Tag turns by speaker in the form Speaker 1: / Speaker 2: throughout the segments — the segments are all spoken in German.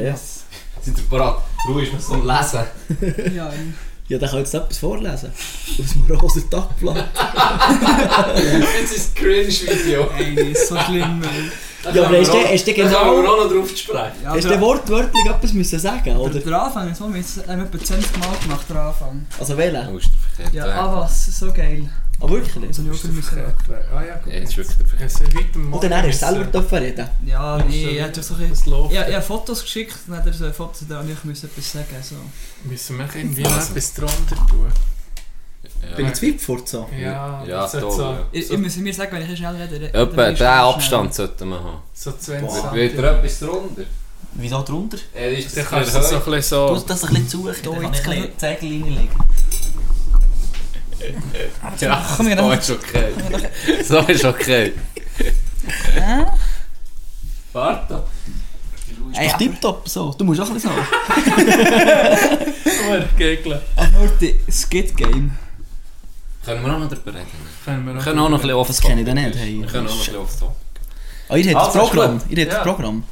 Speaker 1: yes.
Speaker 2: Sind ihr bereit? Ruhe ist mir so ein Lesen.
Speaker 3: Ja,
Speaker 1: Ja, dann kann ich jetzt etwas vorlesen. Aus dem rosa Tagblatt.
Speaker 2: Jetzt ist das Cringe-Video.
Speaker 3: ey, das ist so schlimm. ey.
Speaker 2: Da
Speaker 1: Ja, aber
Speaker 2: kommen
Speaker 1: hast
Speaker 2: wir
Speaker 1: du-
Speaker 2: noch-
Speaker 1: hast du
Speaker 2: da
Speaker 1: genau-
Speaker 2: kommen wir auch noch drauf zu sprechen.
Speaker 3: eh. Ja,
Speaker 1: Hast du dir
Speaker 3: der-
Speaker 1: wortwörtlich etwas müssen sagen
Speaker 3: der,
Speaker 1: oder?
Speaker 3: der Anfang, so, wir haben etwa 20 Mal gemacht, der Anfang.
Speaker 1: Also wählen?
Speaker 2: ist der verkehrte
Speaker 4: oh,
Speaker 3: Ja, ah was, so geil.
Speaker 1: Ah, wirklich?
Speaker 3: Also, ich müssen.
Speaker 4: Ah ja, gut.
Speaker 2: Ja, jetzt ist wirklich der verkehrte
Speaker 4: Es ist weit am
Speaker 1: Und dann er ist selber
Speaker 4: Morgen.
Speaker 1: dürfen reden.
Speaker 3: eh, Ja, nee, er hat doch so ein
Speaker 4: Es läuft.
Speaker 3: Ja, ich habe Fotos geschickt, dann hat er so eh, Fotos da und ich muss etwas sagen. So.
Speaker 4: Müssen wir irgendwie noch
Speaker 2: Also.
Speaker 4: etwas drunter tun?
Speaker 1: Bin
Speaker 2: Ja,
Speaker 1: ich zu weit fort so?
Speaker 4: Ja,
Speaker 2: ja
Speaker 4: das hat
Speaker 2: toll.
Speaker 4: so,
Speaker 2: Ja.
Speaker 3: Ich, ich
Speaker 4: so,
Speaker 3: muss mir sagen, wenn ich schnell rede. re- dann
Speaker 2: Etwa
Speaker 3: bin ich
Speaker 2: diesen
Speaker 3: schnell.
Speaker 2: Abstand sollten wir haben.
Speaker 4: so 20
Speaker 1: Boah.
Speaker 2: Wird
Speaker 4: Zentimeter.
Speaker 2: er etwas drunter?
Speaker 1: Wieso drunter?
Speaker 2: Er ist
Speaker 4: Dann
Speaker 2: das
Speaker 4: kannst du so ein bisschen so...
Speaker 1: das ein bisschen suchen,
Speaker 3: dann kann ich ein bisschen
Speaker 1: Zegel reinlegen.
Speaker 2: Ja,
Speaker 3: Komm hier
Speaker 2: so
Speaker 3: noch.
Speaker 2: ist okay. So ist okay. Warte.
Speaker 1: Ist doch tipptopp so, du musst auch ein bisschen so.
Speaker 4: Super, Gegel.
Speaker 3: Aber warte, Skid Game.
Speaker 2: Können wir auch noch darüber reden?
Speaker 4: Können wir
Speaker 2: Wir können auch noch ein bisschen
Speaker 1: Das
Speaker 2: off
Speaker 1: kenne ich dann nicht. Hey.
Speaker 2: Wir können auch noch ein bisschen off top.
Speaker 1: Ah, ihr habt das
Speaker 2: Also, ist
Speaker 1: Programm. Ihr habt das
Speaker 4: Ja.
Speaker 1: Programm.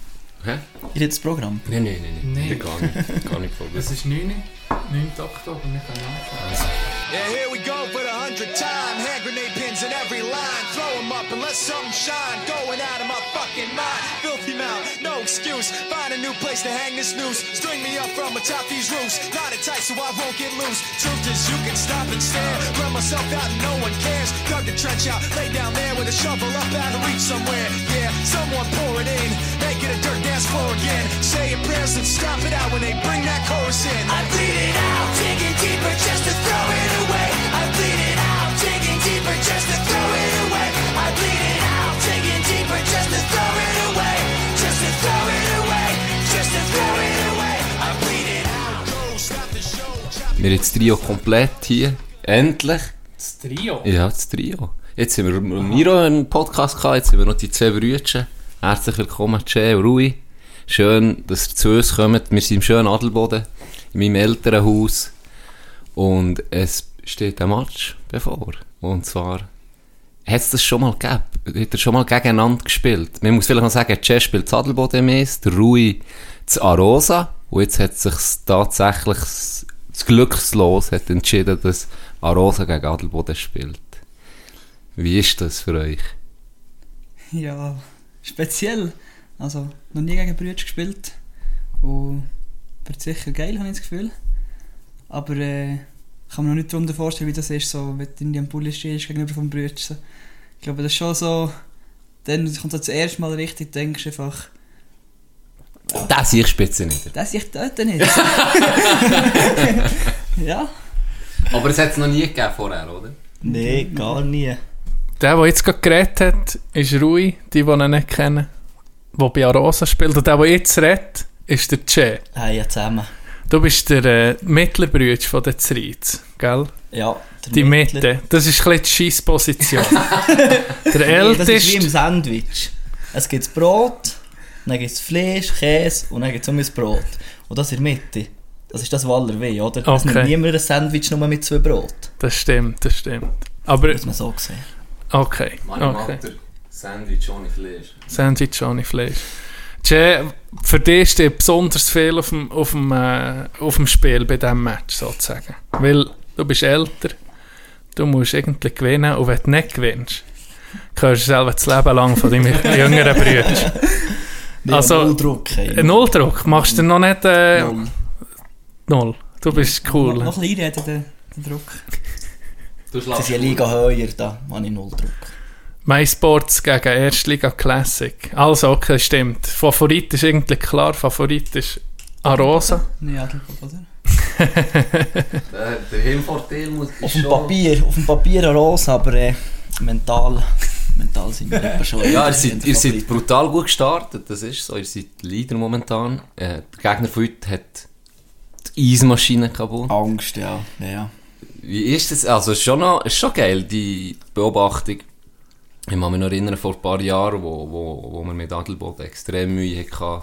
Speaker 2: Hä?
Speaker 1: Ihr habt das Programm.
Speaker 2: Nein, nein, nein.
Speaker 4: Nee.
Speaker 2: Gar nicht. Gar nicht vorbei.
Speaker 4: Es ist 9. 9. Oktober, wir können anfangen.
Speaker 5: Yeah, here we go for the hundredth time. Hand grenade pins in every line. Throw 'em up and let something shine. Going out of my fucking mind. Filthy mouth, no excuse. Find a new place to hang this noose. String me up from atop these roofs. Knot it tight so I won't get loose. Truth is, you can stop and stare. Run myself out and no one cares. Dug the trench out, lay down there with a shovel up out of reach somewhere. Yeah, someone pour it in. Make it a dirt dance floor again. Say your prayers and stop it out when they bring that chorus in. I bleed it out, digging deeper just to throw it away. I bleed it out, digging deeper just to throw it away. I bleed it out, digging deeper just to throw it away. Just to throw it away. Just to throw it away. I bleed it out. Go, stop the show. Chop
Speaker 2: Wir haben das Trio komplett hier. Endlich.
Speaker 4: Das Trio.
Speaker 2: Ja, das Trio. Jetzt haben wir mit Miro einen Podcast gehabt, jetzt haben wir noch die zwei Brüdchen. Herzlich willkommen, Che und Rui. Schön, dass ihr zu uns kommt. Wir sind im schönen Adelboden, in meinem Elternhaus. Und es steht ein Match bevor. Und zwar, hat es das schon mal gegeben? Hat er schon mal gegeneinander gespielt? Man muss vielleicht noch sagen, Che spielt das Adelboden meist, der Rui das Arosa. Und jetzt hat sich tatsächlich das das Glückslos hat entschieden, dass Arosa gegen Adelboden spielt. Wie ist das für euch?
Speaker 3: Ja, speziell. Also, noch nie gegen Brüder gespielt. Und wird sicher geil, habe ich das Gefühl. Aber äh, ich kann mir noch nicht darunter vorstellen, wie das ist, so, wenn du in dem Pulli stehst gegenüber vom Brüder. So. Ich glaube, das ist schon so. Dann kommt das erste Mal richtig, denkst du einfach,
Speaker 2: Das sehe ich spitze nicht.
Speaker 3: das ich dort nicht. ja.
Speaker 2: Aber es hat es noch nie gegeben vorher, oder?
Speaker 1: Nee, gar nie.
Speaker 4: Der, der jetzt gerade geredet hat, ist Rui, die, die ihn nicht kennen. Der bei Arosa spielt. Und der, der jetzt redet, ist der Che.
Speaker 1: Hey, ja zusammen.
Speaker 4: Du bist der äh, Mittlerbrütsch von der Zreiz, gell?
Speaker 1: Ja. der
Speaker 4: Die
Speaker 1: Mittler-
Speaker 4: Mitte. Das ist ein bisschen die Scheissposition. der
Speaker 1: Nee, das ist wie im
Speaker 4: Älteste...
Speaker 1: Sandwich. Es gibt Brot, dann gibt es Fleisch, Käse und dann gibt es das Brot. Und das in der Mitte. Das ist das, was alle wollen, oder? Es
Speaker 4: Okay.
Speaker 1: nimmt niemand ein Sandwich nur mit zwei Brot.
Speaker 4: Das stimmt, das stimmt. Aber,
Speaker 1: Muss man so sehen.
Speaker 4: okay, okay.
Speaker 2: Sandwich ohne Fleisch.
Speaker 4: Sandwich ohne Fleisch. Jay, für dich steht besonders viel auf dem, auf dem, äh, auf dem Spiel bei diesem Match, sozusagen. Weil du bist älter, du musst irgendwie gewinnen und wenn du nicht gewinnst, kannst du selber das Leben lang von deinem jüngeren Brüdern.
Speaker 1: Wir
Speaker 4: Also,
Speaker 1: haben null Druck.
Speaker 4: Äh, Nulldruck, machst du noch nicht äh, null.
Speaker 1: Null.
Speaker 4: Du bist
Speaker 3: Cool.
Speaker 4: cool.
Speaker 3: Noch, noch ein bisschen einreden, den, den Druck.
Speaker 2: Du
Speaker 1: Das ist ja Liga höher, da habe ich null Druck.
Speaker 4: MySports gegen Erstliga Classic. Also, okay, stimmt. Favorit ist irgendwie klar, Favorit ist Arosa.
Speaker 3: Nein, Adelboden, oder?
Speaker 2: Der, Äh, der Heimvorteil muss
Speaker 1: Auf dem Papier, auf dem Papier eine Rose, aber äh, mental, mental sind wir etwa schon.
Speaker 2: Ja, ihr
Speaker 1: eher
Speaker 2: seid,
Speaker 1: der
Speaker 2: ihr seid
Speaker 1: Favorit.
Speaker 2: brutal gut gestartet, das ist so. Ihr seid Leader momentan. Äh, der Gegner von heute hat die Eismaschine kaputt.
Speaker 1: Angst, ja. ja, ja.
Speaker 2: Wie ist das? Also, ist schon, noch, ist schon geil, die Beobachtung. Ich kann mich noch erinnern, vor ein paar Jahren, wo, wo, wo wir mit Adelboden extrem Mühe hatten,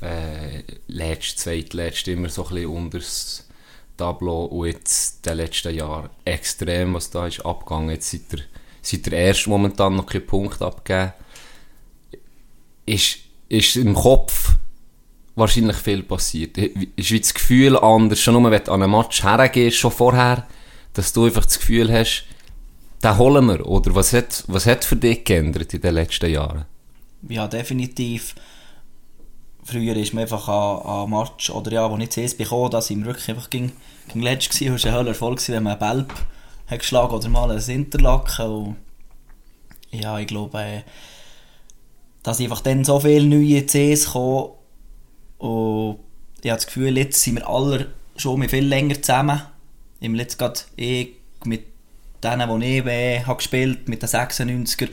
Speaker 2: äh, letzt, zweitletzt, immer so ein bisschen unter das Tableau. Und jetzt, in den letzten Jahren, extrem, was da ist abgegangen. Jetzt seid ihr, seid ihr erst momentan noch keinen Punkt abgegeben. Ist, ist im Kopf wahrscheinlich viel passiert. Ist wie das Gefühl anders, schon nur wenn du an einen Match hergehst, schon vorher, dass du einfach das Gefühl hast, den holen wir. Oder was hat, was hat für dich geändert in den letzten Jahren?
Speaker 1: Ja, definitiv. Früher ist man einfach an, an Match oder ja, wo nicht CS bekommen, dass ich im Rücken einfach ging, ging letzt war. Es war ein Höllenerfolg, gewesen, wenn man einen Belb hat geschlagen oder mal ein Interlaken. Und ja, ich glaube, äh, dass einfach dann so viele neue CS kommen und ich habe das Gefühl, jetzt sind wir alle schon mit viel länger zusammen. Ich bin jetzt gerade ich mit denen, die ich äh, habe gespielt mit den 96er.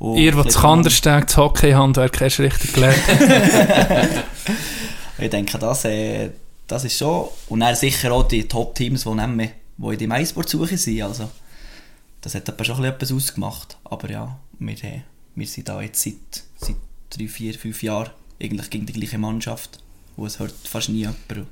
Speaker 1: Und
Speaker 4: Ihr, die das
Speaker 1: ein
Speaker 4: Kandersteg, das Hockeyhandwerk hast richtig gelernt.
Speaker 1: Ich denke, das, äh, das ist schon. Und dann sicher auch die Top-Teams, die nehmen, die in die Maisportsuche sind. Also, das hat aber schon ein bisschen etwas ausgemacht. Aber ja, wir, äh, wir sind da jetzt seit, seit drei, vier, fünf Jahren eigentlich gegen die gleiche Mannschaft. Und es hört fast nie jemand.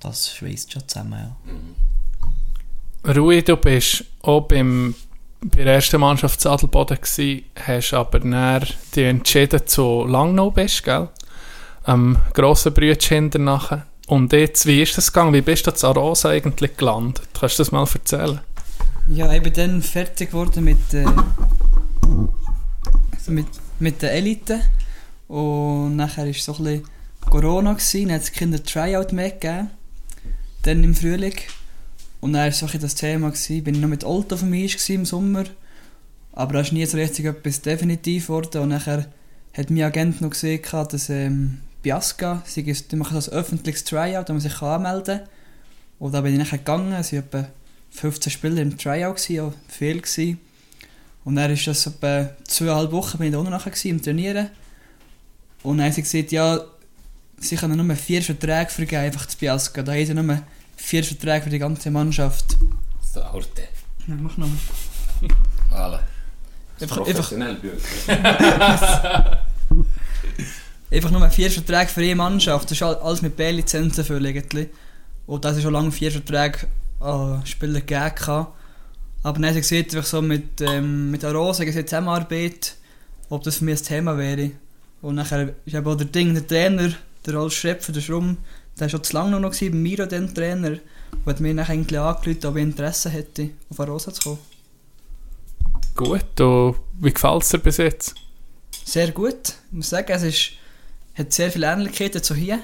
Speaker 1: Das schweißt schon zusammen, ja.
Speaker 4: Rui, du bist auch beim, bei der ersten Mannschaft zu Adelboden gewesen, hast aber näher dich entschieden, zu Langnau bist, gell? Am grossen Brütsch nachher. Und jetzt, wie ist das gegangen? Wie bist du zu Arosa eigentlich gelandet? Kannst du das mal erzählen?
Speaker 3: Ja, ich bin dann fertig geworden mit, äh, mit, mit der Elite. Und nachher war so ein bisschen Corona, gewesen. dann hat es Kinder Tryout mehr gegeben. Dann im Frühling. Und dann war so ein bisschen das Thema, gewesen. bin ich noch mit Alto von mir gewesen im Sommer. Aber da ist nie so richtig etwas definitiv geworden. Und nachher hat mein Agent noch gesehen, gehabt, dass ähm, Biasca, sie gibt- die machen so ein öffentliches Tryout, wo man sich kann anmelden kann. Und da bin ich nachher gegangen, es waren etwa 15 Spieler im Tryout, gewesen, auch viel. Gewesen. Und dann ist das etwa zweieinhalb Wochen bin ich da unten nachher gewesen, im Trainieren. Und dann haben sie gesagt, ja, sie können nur vier Verträge vergeben, einfach zu Biasca. Da haben sie nur vier Verträge für die ganze Mannschaft.
Speaker 2: Das Alte.
Speaker 3: Ja, mach nochmal.
Speaker 2: Alle.
Speaker 3: Einfach, einfach, einfach nur vier Verträge für eine Mannschaft. Das ist all- alles mit B-Lizenzen voll eigentlich. Und das ist schon lange vier Verträge an Spieler gegeben. gehabt. Aber dann haben sie gesehen, einfach so mit, ähm, mit der Rose gesehen, Zusammenarbeit, ob das für mich ein Thema wäre. Und nachher ist eben auch der Ding, der Trainer, der Rolf Schrepfer, der Schrumm, der war schon zu lange noch gewesen, bei Miro, dem Trainer, und hat mir nachher eigentlich angerufen, ob ich Interesse hätte, auf Arosa zu kommen.
Speaker 4: Gut, und wie gefällt es dir bis jetzt?
Speaker 3: sehr gut. Ich muss sagen, es ist, hat sehr viele Ähnlichkeiten zu hier.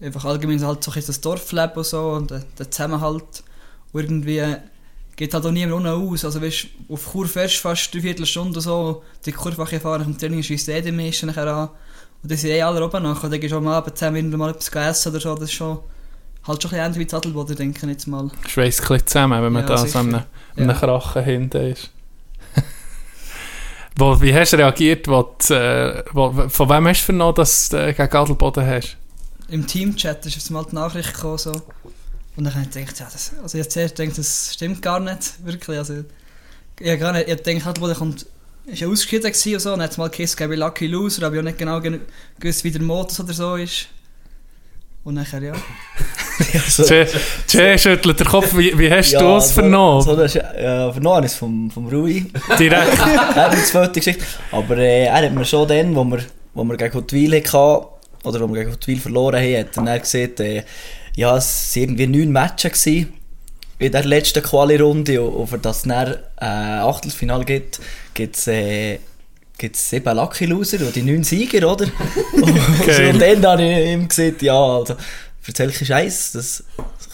Speaker 3: Einfach allgemein halt so ein bisschen das Dorfleben und so und der, der Zusammenhalt. Und irgendwie geht halt auch niemand unten aus. Also weißt, auf Chur fährst du fast drei Viertelstunde und so. Die Kurve fahren nach dem Training schießt jeder Menschen nachher an. Und dann sind eh alle oben nach. Und dann gehst du auch mal abends zusammen irgendwann mal etwas essen oder so. Das ist schon halt schon ein bisschen ähnlich wie Zadelboden, denke ich jetzt mal.
Speaker 4: Schweißt ein bisschen zusammen, wenn man
Speaker 3: Ja,
Speaker 4: da so
Speaker 3: sicher.
Speaker 4: an einem, an einem
Speaker 3: Ja.
Speaker 4: Krachen hinten ist. wo, wie hast du reagiert? Wo du, äh, wo, von wem hast du vernommen, dass du äh, gegen Adelboden hast?
Speaker 3: im Teamchat ist jetzt mal die Nachricht gekommen so. und dann habe ich gedacht, ja, das, also ich habe zuerst gedacht, das stimmt gar nicht wirklich, also ich habe gar nicht, ich habe gedacht, halt, wo der kommt, ist ja ausgeschieden gewesen und so, und dann hat es mal geheißen, gebe ich Lucky Loser, aber ich habe nicht genau gen- gewusst, wie der Modus oder so ist und nachher, ja,
Speaker 4: Jay Jay schüttelt den Kopf. Wie, wie hast du es vernommen?
Speaker 1: also, So, so, das, ist, äh, vernommen ist vom, vom Rui.
Speaker 4: Direkt.
Speaker 1: er hat die zweite Geschichte. Aber äh, er hat mir schon dann, wo wir, wo wir gegen Hotwil hatten, oder wo wir gegen Hotwil verloren haben, hat er dann gesehen, äh, ja, es waren irgendwie neun Matches gewesen in der letzten Quali-Runde. Und, und für das es dann äh, Achtelfinale gibt, gibt es äh, gibt's sieben Lucky Loser und die neun Sieger, oder?
Speaker 4: Geil.
Speaker 1: und dann habe ich ihm gesagt, ja, also, erzähl keinen Scheiß, das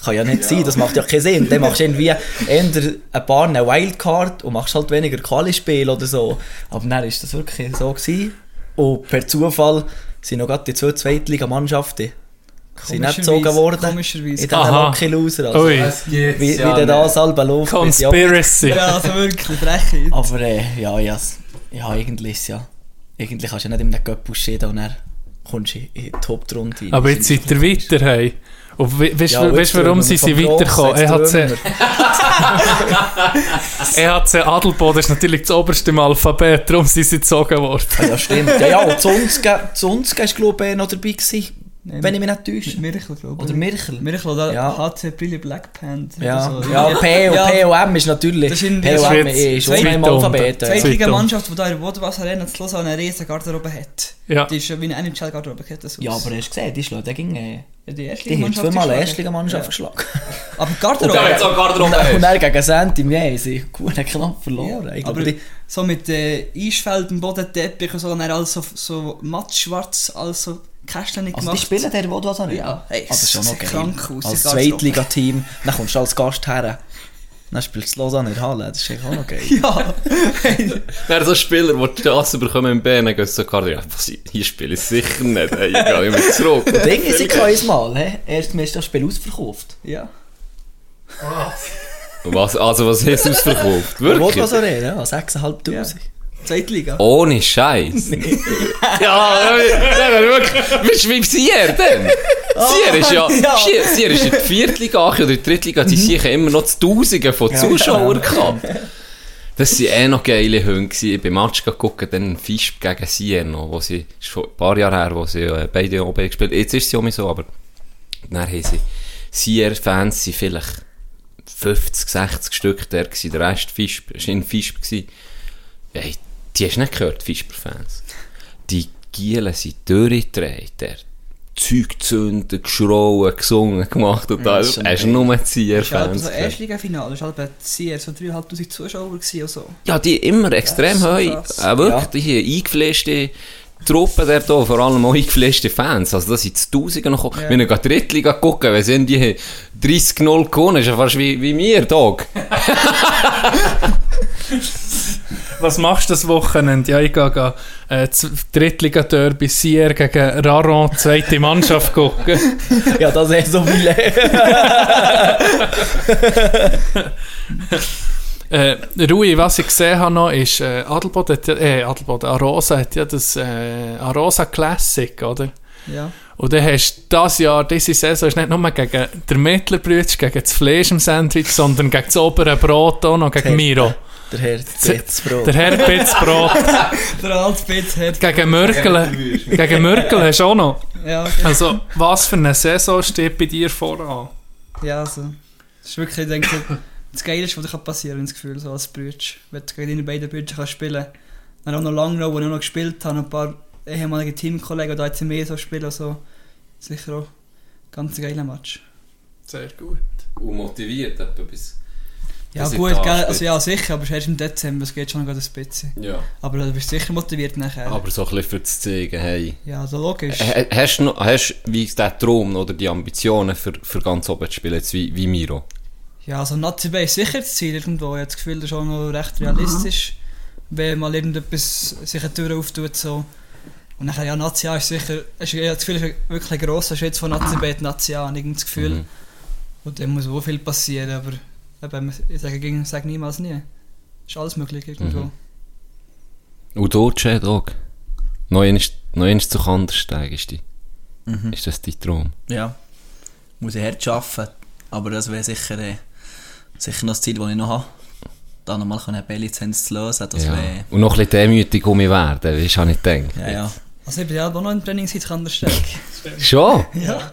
Speaker 1: kann ja nicht sein, das macht ja keinen Sinn. Dann machst du irgendwie eher ein paar eine Wildcard und machst halt weniger Quali-Spiele oder so. Aber dann ist das wirklich so gewesen. Und per Zufall sind noch gerade die zwei Zweitligamannschaften sind nicht gezogen
Speaker 3: Komischerweise-
Speaker 1: worden in
Speaker 3: komischerweise, ne.
Speaker 1: diesen
Speaker 4: Aha.
Speaker 1: Lucky Loser. Also,
Speaker 4: Ui,
Speaker 1: wie, wie der das selber läuft. weiss ich auch nicht.
Speaker 4: Conspiracy.
Speaker 3: ja, also wirklich, frech
Speaker 1: Aber äh, ja, ja, s- ja, eigentlich ist ja. Eigentlich kannst du ja nicht in einem Cup ausscheiden und dann kommst du in in die Top-Runde.
Speaker 4: Aber jetzt seid ihr weiter. Hey. Und we- weißt
Speaker 1: Ja,
Speaker 4: du, weißt,
Speaker 1: jetzt
Speaker 4: du, warum
Speaker 1: träumen
Speaker 4: sie
Speaker 1: wir
Speaker 4: sind
Speaker 1: vom
Speaker 4: weitergekommen?
Speaker 1: Grossen, jetzt
Speaker 4: EHC,
Speaker 1: träumen
Speaker 4: EHC Adelboden ist natürlich das oberste im Alphabet, darum sind sie gezogen worden.
Speaker 1: wir. Ah, Ja, stimmt. Ja, ja, und Zunzke, Zunzke ist, glaube ich, eh noch dabei gewesen.
Speaker 3: Nein,
Speaker 1: Wenn ich mich nicht täusche.
Speaker 3: Mirchel, glaube ich.
Speaker 1: Oder Mirchel.
Speaker 3: Mirchel, oder
Speaker 1: Ja.
Speaker 3: HC Brilli Black Panther.
Speaker 1: Ja,
Speaker 3: oder so.
Speaker 1: ja, P und
Speaker 3: Ja.
Speaker 1: P und M ist natürlich.
Speaker 3: Das ist in-
Speaker 1: P
Speaker 3: das
Speaker 1: und M E
Speaker 4: wird
Speaker 1: ist
Speaker 4: zweit-
Speaker 1: zweimal
Speaker 4: unten.
Speaker 1: Alphabet. äh,
Speaker 3: Zwei
Speaker 1: ja.
Speaker 4: Zweit-
Speaker 3: kleine
Speaker 4: Zeitung.
Speaker 3: Mannschaft, die da in der Bodenwasser Arena zu Lausanne eine riesen Garderobe hat.
Speaker 4: Ja.
Speaker 3: Die ist ja wie eine NHL-Garderobe, sieht das aus.
Speaker 1: Ja, aber hast du gesehen, die schlägt gegen. Äh,
Speaker 3: Ja, die erste
Speaker 1: die hat
Speaker 3: Mannschaft
Speaker 1: zweimal
Speaker 3: ist
Speaker 1: eine
Speaker 3: schon-
Speaker 1: Erstligamannschaft
Speaker 3: Ja.
Speaker 1: geschlagen.
Speaker 3: Aber die Garderobe...
Speaker 1: Und dann gegen Senti, wir haben sie gut knapp verloren.
Speaker 3: Ja,
Speaker 1: ich
Speaker 3: aber
Speaker 1: glaube, die,
Speaker 3: so mit äh, Eisfeld, dem Boden, Teppich und so, und dann alles so, so mattschwarz, alles so kästlenig
Speaker 1: also die
Speaker 3: gemacht.
Speaker 1: spielen der, wo du das
Speaker 3: Ja, hey,
Speaker 1: aber schon
Speaker 3: sieht
Speaker 1: noch geil.
Speaker 3: krank aus,
Speaker 1: Als
Speaker 3: die Garderobe.
Speaker 1: Zweitliga-Team, dann kommst du als Gast her. Dann spielst du Lausanne in der Halle, das ist eigentlich auch noch geil.
Speaker 3: Ja, hey,
Speaker 2: Wer so Spieler, die die Chance bekommen im Bern, dann gehst du so Karte, ja, was, hier spiele ich sicher nicht, ey, ich gehe immer zurück.
Speaker 1: Das Ding ist, ich kann es mal, hä? erst mal ist das Spiel ausverkauft.
Speaker 3: ja.
Speaker 2: Was, also, was hast du ausverkauft?
Speaker 1: Wo
Speaker 2: Wirklich?
Speaker 1: das auch nicht, ja, 6'500.
Speaker 3: Zweitliga.
Speaker 1: Oh,
Speaker 2: Ohne Scheiß. ja, ja, wirklich. Bist du beim Sier denn? Sier ist ja,
Speaker 3: ja.
Speaker 2: Sier- Sier ist in der Viertliga oder in der Drittliga, die sicher immer noch zu Tausenden von Zuschauern gehabt. Das waren eh noch geile Hunde. gewesen. Ich bin Match geguckt, dann Fisch gegen Sier noch, wo sie, ist schon ein paar Jahre her, wo sie äh, beide oben gespielt haben. Jetzt ist sie auch nicht so, aber dann haben sie Sier-Fans sind vielleicht 50, 60 Stück der gewesen. Der Rest Fisch, ist in Fisch gewesen. Hey, die hast du nicht gehört, Fischberfans. Die Gielen sind durchgedreht, der Zeug gezündet, geschrauen, gesungen, gemacht und
Speaker 1: Ja, das ist
Speaker 2: alles.
Speaker 1: schon
Speaker 2: Hast du
Speaker 1: geil.
Speaker 2: nur
Speaker 3: Das war halt
Speaker 2: Zieherfans
Speaker 3: so ein
Speaker 2: gehört.
Speaker 3: Erstliga-Finale, das war halt bei so 3'500 Zuschauer gewesen und so.
Speaker 2: Ja, die immer extrem
Speaker 3: Ja,
Speaker 2: hoch.
Speaker 3: krass.
Speaker 2: Äh, wirklich, die hier eingefleischte Truppen der da, vor allem auch eingefleischte Fans. Also, das sind zu Tausenden noch.
Speaker 3: Ja.
Speaker 2: Wenn ich gerade Drittliga gucke, wenn sind die 30-0 gewonnen, ist ja fast wie, wie wir, Dog.
Speaker 4: Was machst du das Wochenende? Ja, ich gehe, gehe äh, Z- Drittliga-Derby Sier gegen Raron, zweite Mannschaft gucken.
Speaker 1: Ja, das sind so viele.
Speaker 4: Äh, Rui, was ich gesehen habe noch, ist, äh, Adelboden, hat ja, äh, Adelboden, Arosa hat ja das äh, Arosa Classic, oder?
Speaker 3: Ja.
Speaker 4: Und dann hast du das Jahr, diese Saison, ist nicht nur gegen den Mittlerbrütsch, gegen das Fleisch im Sandwich, sondern gegen das obere Brot auch noch, gegen
Speaker 1: Hey.
Speaker 4: Miro.
Speaker 1: Der Herr Zetzbro.
Speaker 4: Der Herrpitzbrot
Speaker 3: Der alte Bitz hat...
Speaker 4: gegen Mörkel. gegen Mörkel hast du auch noch.
Speaker 3: Ja, okay.
Speaker 4: Also, was für eine Saison steht bei dir voran?
Speaker 3: Ja, also. Das ist wirklich, ich denke, so, das Geilste, was dir kann passieren kann, das Gefühl, so als Brütsch. Wenn du gegen deine beiden Brütsch kannst spielen kannst. Dann auch noch lange noch, wo ich auch noch gespielt habe, noch ein paar ehemalige Teamkollegen, die jetzt mehr so spielen, so. Sicher auch ein ganz geiler Match.
Speaker 4: Sehr gut.
Speaker 2: Und motiviert etwas.
Speaker 3: Ja,
Speaker 2: Das ist
Speaker 3: gut,
Speaker 2: da
Speaker 3: gell, also
Speaker 2: spitz.
Speaker 3: ja, sicher, aber es ist erst im Dezember, es geht schon noch ein bisschen.
Speaker 2: Ja.
Speaker 3: Aber du bist sicher motiviert nachher.
Speaker 2: Aber Äh, so ein bisschen für das Zeigen, hey.
Speaker 3: ja, also logisch.
Speaker 2: H- Hast du noch, hast wie den Traum oder die Ambitionen für, für ganz oben zu spielen, jetzt wie, wie Miro?
Speaker 3: Ja, also Nazi B ist sicher das Ziel irgendwo. Ich habe das Gefühl, das ist auch noch recht realistisch, wenn mal irgendetwas sich eine Tür auftut. So. Und nachher, ja, Nazi A ist sicher, ist, ich habe das Gefühl, es ist wirklich ein grosser Schritt von Nazi B zu Nazi A, habe ich das Gefühl.
Speaker 2: Mhm.
Speaker 3: Und dann muss auch viel passieren, aber eben, ich sage, gegen- sage niemals nie. Ist alles möglich irgendwo.
Speaker 1: Mhm.
Speaker 2: Und dort, Chad, auch. Noch eins noch eins zu Kandersteg ist, die,
Speaker 1: Mhm.
Speaker 2: ist das dein Traum?
Speaker 1: Ja. Muss ich hart arbeiten. Aber das wäre sicher, äh, sicher noch das Ziel, das ich noch habe. Da nochmal eine B-Lizenz zu lösen, das
Speaker 2: ja.
Speaker 1: wäre...
Speaker 2: Und noch ein bisschen demütig um mich werden, weißt du, habe ich gedacht.
Speaker 1: Ja, ja.
Speaker 3: Also ich bin ja auch noch im Trainingshit kann der Steg.
Speaker 2: Schon?
Speaker 3: ja.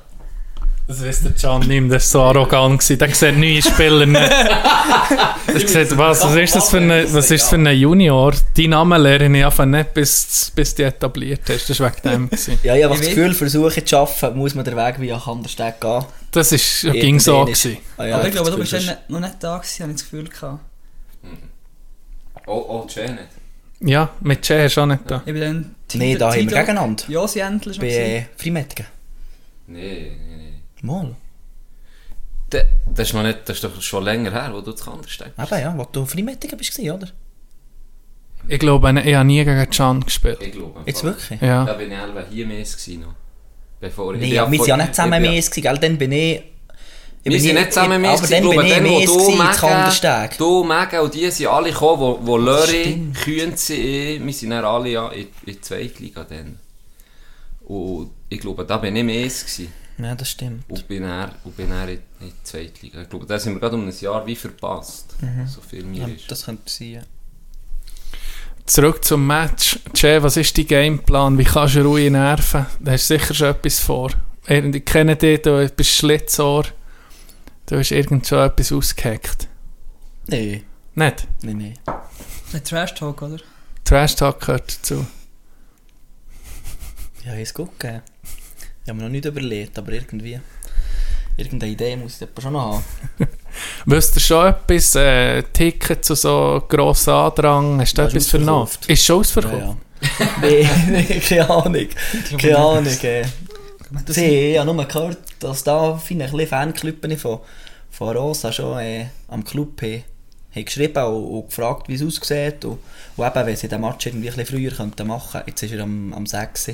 Speaker 4: Das wisst der Can nicht mehr, das ist so arrogant gewesen. Der sieht neue Spieler nicht. Er sieht, was, was ist das für ein, was ist das für ein Junior? Dein Name lerne ich einfach nicht, bis, bis du dich etabliert hast. Das war wegen dem. Gewesen.
Speaker 1: Ja, ich habe
Speaker 3: Ich
Speaker 1: das
Speaker 3: weiß-
Speaker 1: Gefühl, versuche zu arbeiten, muss man den Weg via Kandersteg gehen.
Speaker 4: Das ist, ging so.
Speaker 1: Irgendwann ist-
Speaker 4: Gewesen.
Speaker 1: Ah, ja,
Speaker 3: aber ich glaube,
Speaker 1: das
Speaker 3: du bist
Speaker 1: Gefühl,
Speaker 3: dann nicht- noch nicht da gewesen, habe ich das Gefühl gehabt.
Speaker 2: Oh, oh, Chad nicht.
Speaker 4: Ja, mit Che hast du auch nicht da.
Speaker 3: Ich bin dann...
Speaker 1: Nee, da haben wir gegeneinander.
Speaker 3: Josi Entler schon
Speaker 1: Bei
Speaker 3: gewesen.
Speaker 1: äh, Freimettigen.
Speaker 2: Nee, nee, nee.
Speaker 1: Mal.
Speaker 2: Da- Das ist, noch nicht, das ist doch schon länger her, wo du zu Kandersteg bist.
Speaker 1: Eben, ja. Wo du Freimettigen bist, gewesen, oder?
Speaker 4: Ich glaube, ich habe nie gegen Can gespielt.
Speaker 2: Ich glaube.
Speaker 1: Jetzt
Speaker 2: einfach.
Speaker 1: wirklich?
Speaker 4: Ja.
Speaker 2: Da bin ich selber hier mehr gewesen noch. Bevor ich-
Speaker 1: Nee,
Speaker 2: ich
Speaker 1: ja,
Speaker 2: hab
Speaker 1: wir sind ja
Speaker 2: vor-
Speaker 1: nicht
Speaker 2: ich
Speaker 1: zusammen
Speaker 2: bin-
Speaker 1: mehr, gewesen, gell? Dann bin ich... ich
Speaker 2: Wir
Speaker 1: bin
Speaker 2: sind
Speaker 1: nie-
Speaker 2: nicht zusammen
Speaker 1: ich-
Speaker 2: mehr,
Speaker 1: Aber dann bin ich mehr gewesen,
Speaker 2: äh,
Speaker 1: in Kandersteg.
Speaker 2: Du, Mega und die sind alle gekommen, wo,
Speaker 1: Oh,
Speaker 2: wo Löri,
Speaker 1: stimmt.
Speaker 2: Künzi, wir sind dann alle ja in, in die Zweitliga dann. Und ich glaube, da bin ich mehr gewesen.
Speaker 1: Ja, das stimmt.
Speaker 2: Und bin er, und bin er in, in die Zweitliga. Ich glaube, da sind wir gerade um ein Jahr wie verpasst.
Speaker 1: Mhm.
Speaker 2: So viel
Speaker 1: Ja,
Speaker 2: mir ist.
Speaker 1: das könnte sein, ja.
Speaker 4: Zurück zum Match. Che, was ist dein Gameplan? Wie kannst du ruhig nerven? Da hast du sicher schon etwas vor. irgend- ich kenne dich, du bist Schlitzohr. Du hast irgend schon etwas ausgehackt.
Speaker 1: Nein,
Speaker 4: Nicht?
Speaker 1: nein, nein.
Speaker 3: Ein Trash Talk, oder?
Speaker 4: Trash Talk gehört dazu.
Speaker 1: Ja, ist gut gegeben. Ich habe mir noch nicht überlegt, aber irgendwie. Irgendeine Idee muss ich aber schon noch haben.
Speaker 4: Wisst ihr schon etwas? Äh, Tickets zu so grossen Andrang? Hast du
Speaker 1: Ja,
Speaker 4: etwas
Speaker 1: ist ausverkauft.
Speaker 4: vernommen? Ist schon ausverkauft?
Speaker 1: Nein, nee, keine Ahnung. Keine Ahnung. äh.
Speaker 3: Kann man das-
Speaker 1: Sie, ich habe nur gehört, dass da viele ein bisschen Fanclubben von, von Rosa schon äh, am Club haben, haben geschrieben und, und gefragt, wie es aussieht. Und, und eben, wenn sie den Match irgendwie ein bisschen früher könnten machen könnten, jetzt ist er am, am 6.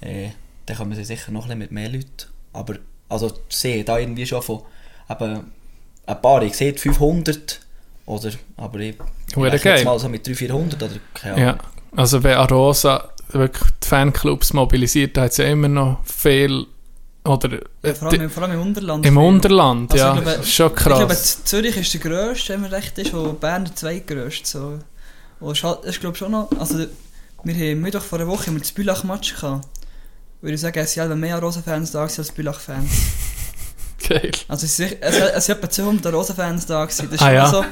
Speaker 1: Äh, dann kommen sie sicher noch ein bisschen mit mehr Leuten. Aber also, sie haben da irgendwie schon von eben, ein paar, ich sehe 500 oder, aber ich, ich
Speaker 4: Hure
Speaker 1: rechne
Speaker 4: geil.
Speaker 1: jetzt mal so mit 300, 400 oder keine Ahnung.
Speaker 4: Ja, also wenn Arosa wirklich die Fanclubs mobilisiert, da hat es ja immer noch viel, oder äh,
Speaker 3: Vor allem, vor allem im Unterland.
Speaker 4: im Unterland,
Speaker 3: Also
Speaker 4: ja,
Speaker 3: ich glaube,
Speaker 4: ist schon
Speaker 3: Ich glaube,
Speaker 4: krass.
Speaker 3: Z- Zürich ist der grösste, wenn man recht ist, und Bern der zweitgrösste. So. Und es ist halt- es ist, glaube ich, schon noch... Also, wir haben Mittwoch vor einer Woche haben wir das Bülach-Match gehabt. Würde ich sagen, es sind halt mehr Rosa-Fans da gewesen als Bülach-Fans.
Speaker 4: Geil.
Speaker 3: Also es sind es, es sind etwa 200 Rosa-Fans da gewesen. Das ist
Speaker 4: Ah,
Speaker 3: ah,
Speaker 4: ja.
Speaker 3: so...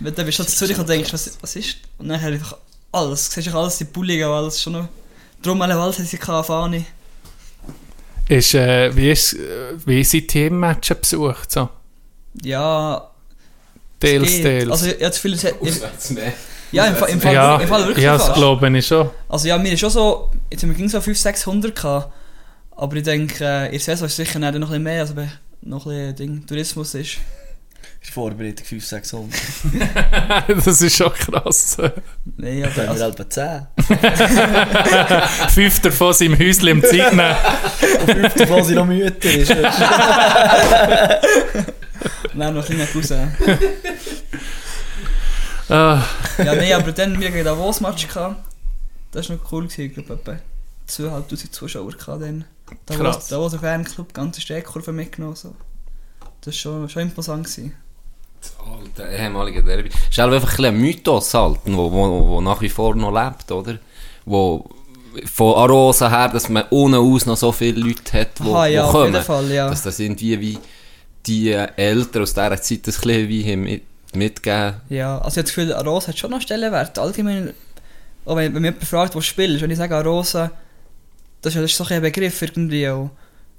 Speaker 3: Wenn du bist du in Zürich und denkst, was, was ist... Und dann einfach alles. Du siehst einfach alles, die Bulligen und alles schon noch... Drum alle Wald haben sie keine Fahne.
Speaker 4: Ist, äh, wie, ist, äh, wie sind Teammatchen besucht? So?
Speaker 3: Ja... es
Speaker 4: Deals,
Speaker 3: geht.
Speaker 4: deals.
Speaker 3: Also, ich, ich habe das Gefühl, es hat... ich-
Speaker 2: Auswärts, ne?
Speaker 3: Ja, im Fall, im Fall,
Speaker 4: ja,
Speaker 3: im Fall wirklich
Speaker 4: ja, das
Speaker 3: fast.
Speaker 4: glaube ich schon.
Speaker 3: Also ja, mir ist schon so, jetzt haben wir ging so 500, 600 gehabt, aber ich denke, äh, in der Saison ist sicher dann noch ein bisschen mehr, also wenn noch ein bisschen Ding, Tourismus ist.
Speaker 1: Ist Vorbereitung 5, 600.
Speaker 4: das ist schon krass.
Speaker 3: Nein,
Speaker 1: Dann
Speaker 3: aber
Speaker 1: haben wir
Speaker 3: also,
Speaker 1: etwa 10.
Speaker 4: Fünf davon sind im Häusli im Zeitnehmen.
Speaker 1: Davon sind noch Mütter. Ist,
Speaker 3: nein, noch ein kleiner Cousin.
Speaker 4: Ah,
Speaker 3: ja, nein, aber dann, wir gegen Davos Match gehabt, das war noch cool gewesen, ich glaube etwa 2500 Zuschauer gehabt dann. Davos,
Speaker 4: Krass.
Speaker 3: Davos ein Fanclub, ganze Stehkurve mitgenommen, so. Das war schon, schon imposant gewesen.
Speaker 2: Das alte, ehemalige Derby. Ist halt einfach ein bisschen ein Mythos halt, wo, wo, wo nach wie vor noch lebt, oder? Wo von Arosa her, dass man ohne aus noch so viele Leute hat, wo,
Speaker 3: Aha, ja,
Speaker 2: wo
Speaker 3: auf
Speaker 2: kommen.
Speaker 3: jeden Fall, ja.
Speaker 2: Dass das irgendwie wie die Eltern aus dieser Zeit ein bisschen wie haben mit, mitgegeben
Speaker 3: Ja, also ich habe das Gefühl, Arosa hat schon noch Stellenwert. Allgemein, auch wenn, wenn mich jemand fragt, wo du spielst, wenn ich sage Arosa, das ist, ja- das ist so ein Begriff irgendwie auch.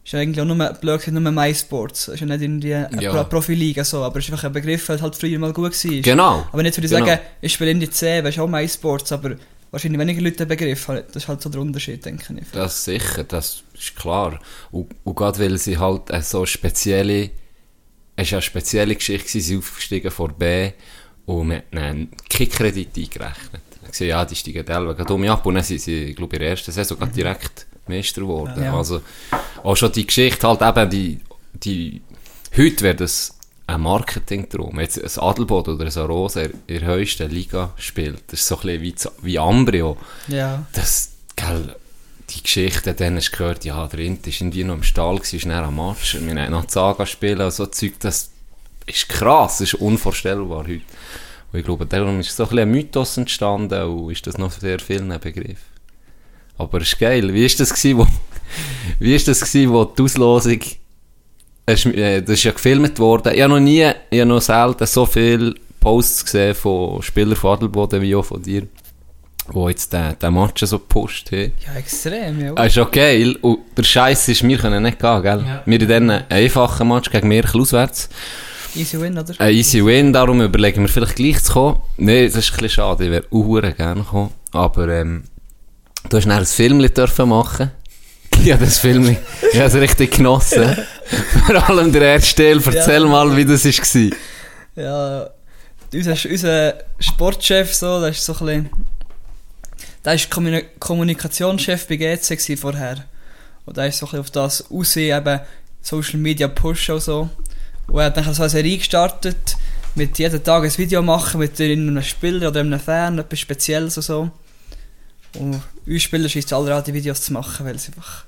Speaker 3: Ist ja eigentlich auch nur, blöd gesagt, nur MySports. Ist ja nicht irgendwie eine
Speaker 2: Ja.
Speaker 3: Pro Profiliga so, aber es ist einfach ein Begriff, der halt früher mal gut war.
Speaker 2: Genau.
Speaker 3: Aber jetzt würde ich
Speaker 2: Genau.
Speaker 3: sagen, ich spiele in die C, weißt du, auch MySports, aber wahrscheinlich weniger Leute den Begriff. haben. Das ist halt so der Unterschied, denke ich.
Speaker 2: Das sicher, das ist klar. Und, und gerade weil sie halt äh, so spezielle, es war eine spezielle Geschichte, gewesen, sie sind aufgestiegen von B und wir haben einen Kickkredit eingerechnet. Ich sehe, ja, die steigen selber gerade um ab und dann sind sie, glaube ich, in der ersten Saison gerade direkt Meister geworden.
Speaker 3: Ja.
Speaker 2: Also auch schon die Geschichte halt eben, die, die heute wäre das ein Marketingtraum. Wenn Jetzt ein Adelboden oder ein Rose in der höchsten Liga spielt, das ist so ein bisschen wie, Z- wie Ambrio
Speaker 3: Ja.
Speaker 2: das, gell, die Geschichte, dann hast du gehört, ja, der Int war irgendwie noch im Stall, gewesen, ist dann am Match, und wir haben noch Zaga spielen und so Zeug, das ist krass, das ist unvorstellbar heute. Und ich glaube, darum ist so ein bisschen ein Mythos entstanden und ist das noch sehr viel ein Begriff. Aber es ist geil, wie ist das gewesen, wo, wie ist das gewesen, wo die Auslosung, es ist- äh, das ist ja gefilmt worden, ich habe noch nie, ich habe noch selten so viele Posts gesehen von Spielern von Adelboden wie auch von dir wo jetzt den, den Match so gepusht haben.
Speaker 3: Ja, extrem, ja.
Speaker 2: Das ist auch geil. Und der Scheiß ist, wir können nicht gehen, gell?
Speaker 4: Ja.
Speaker 2: Wir in diesen einfachen Match gegen Merkel auswärts.
Speaker 3: Easy win, oder?
Speaker 2: Ein easy win, darum überlegen wir vielleicht gleich zu kommen. Nein, das ist ein bisschen schade, ich wäre uhren gerne gekommen. Aber ähm, du hast dann ein Film dürfen machen. Ja, das Film, ich habe es richtig genossen. Vor allem der erste Teil, erzähl mal, wie das war.
Speaker 3: Ja, unser, unser Sportchef, so, der ist so ein bisschen, der ist Kommuni- Kommunikationschef bei GC gewesen vorher. Und der ist so ein bisschen auf das aussehen, eben Social Media Push und so. Und er hat dann so eine Serie gestartet, mit jeden Tag ein Video machen, mit einem Spieler oder einem Fan, etwas Spezielles und so. Und uns Spieler schießt alle an, die Videos zu machen, weil es einfach,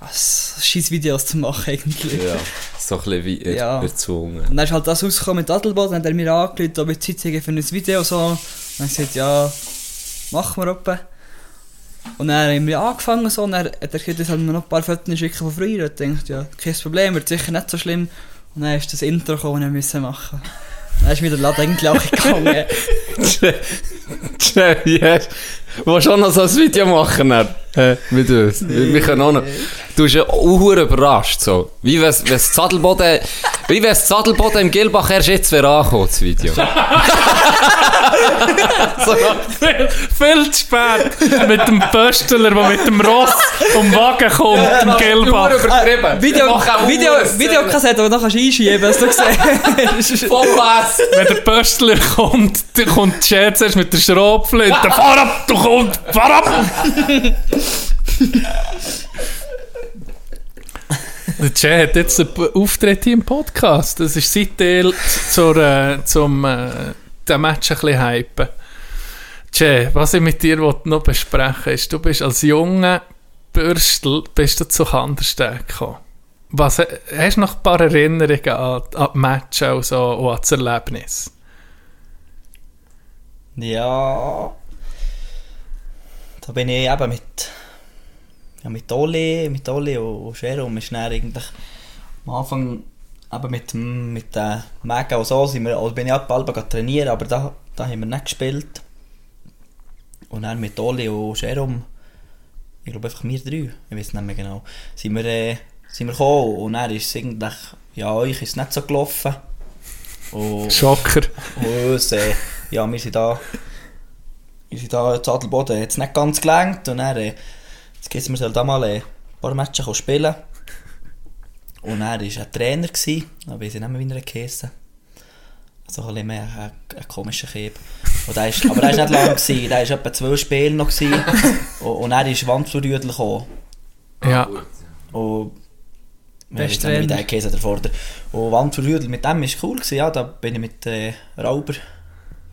Speaker 3: ja, scheiß Videos zu machen eigentlich.
Speaker 2: Ja, so ein bisschen wie er,
Speaker 3: Ja.
Speaker 2: erzwungen.
Speaker 3: Und dann ist halt das rausgekommen mit Adelboden, dann hat er mir angerufen, ob ich Zeit habe für ein Video und so. Und dann gesagt, ja, machen wir etwa. Und dann haben wir angefangen so, und dann hat er gesagt, jetzt haben wir noch ein paar Fotos schicken von früher. Und ich dachte, ja, kein Problem, wird sicher nicht so schlimm. Und dann ist das Intro gekommen, das wir müssen machen. Dann ist mir der Laden eigentlich auch gegangen.
Speaker 2: Schnell, yes. Willst du auch noch so ein Video machen? Dann? Hä? Mit uns? Wir, wir können auch noch. Du bist ja auch überrascht. So. Wie wenn das Zadelboden, wie wenn's das Zadelboden im Gilbach erst jetzt wäre angekommen, das Video.
Speaker 4: Viel, viel zu spät. Mit dem Pöstler, der mit dem Ross um Wagen kommt, im Gelbach.
Speaker 2: übertrieben.
Speaker 3: Äh, Video, Video, Videokassette, die du kannst einschieben kannst, du gesehen hast.
Speaker 2: Vollgas.
Speaker 4: Wenn der Pöstler kommt, dann kommt die Scherz erst mit der Schrotflinte. Fahr ab, du kommst, fahr ab! Der Jay hat jetzt einen P- Auftritt hier im Podcast. Das ist sein Teil zur, äh, zum äh, den Match ein bisschen hypen. Jay, was ich mit dir wollte noch besprechen will, ist, du bist als junger Bürstel bist du zu Kandersteg gekommen. Was, äh, hast du noch ein paar Erinnerungen an, an die Match und, so, und an das Erlebnis?
Speaker 1: Ja. Da bin ich eben mit. Ja, mit Oli, mit Oli und und Jerome ist dann eigentlich am Anfang eben mit dem mit den Mega und so sind wir, also bin ich halt bald gegangen trainieren, aber da, da haben wir nicht gespielt. Und dann mit Oli und Jerome, ich glaube einfach wir drei, ich weiß nicht mehr genau, sind wir, äh, sind wir gekommen und dann ist es eigentlich, ja euch ist es nicht so gelaufen. Und,
Speaker 4: Schocker.
Speaker 1: und uns, äh, ja, wir sind da, wir sind da, das Adelboden hat es nicht ganz gelangt und dann, äh, jetzt geht's, wir sollen da mal äh, ein paar Matches kommen spielen. Und er war ein Trainer, gewesen, da weiss ich nicht mehr, wie er geheissen hat. So ein bisschen mehr ein, ein komischer Kieb. Und der ist, aber der war nicht lang, gewesen, der war etwa zwölf Spiele noch. Gewesen. Und, und er ist Wandflurrüdel gekommen. Ah,
Speaker 4: Ja.
Speaker 1: Und
Speaker 3: Der
Speaker 1: Best
Speaker 3: ist
Speaker 1: Trainer. Mit
Speaker 3: Trainer.
Speaker 1: dem Käse davor. Und Wand für Rüdel, mit dem war es cool. Gewesen, ja. Da bin ich mit äh, Rauber,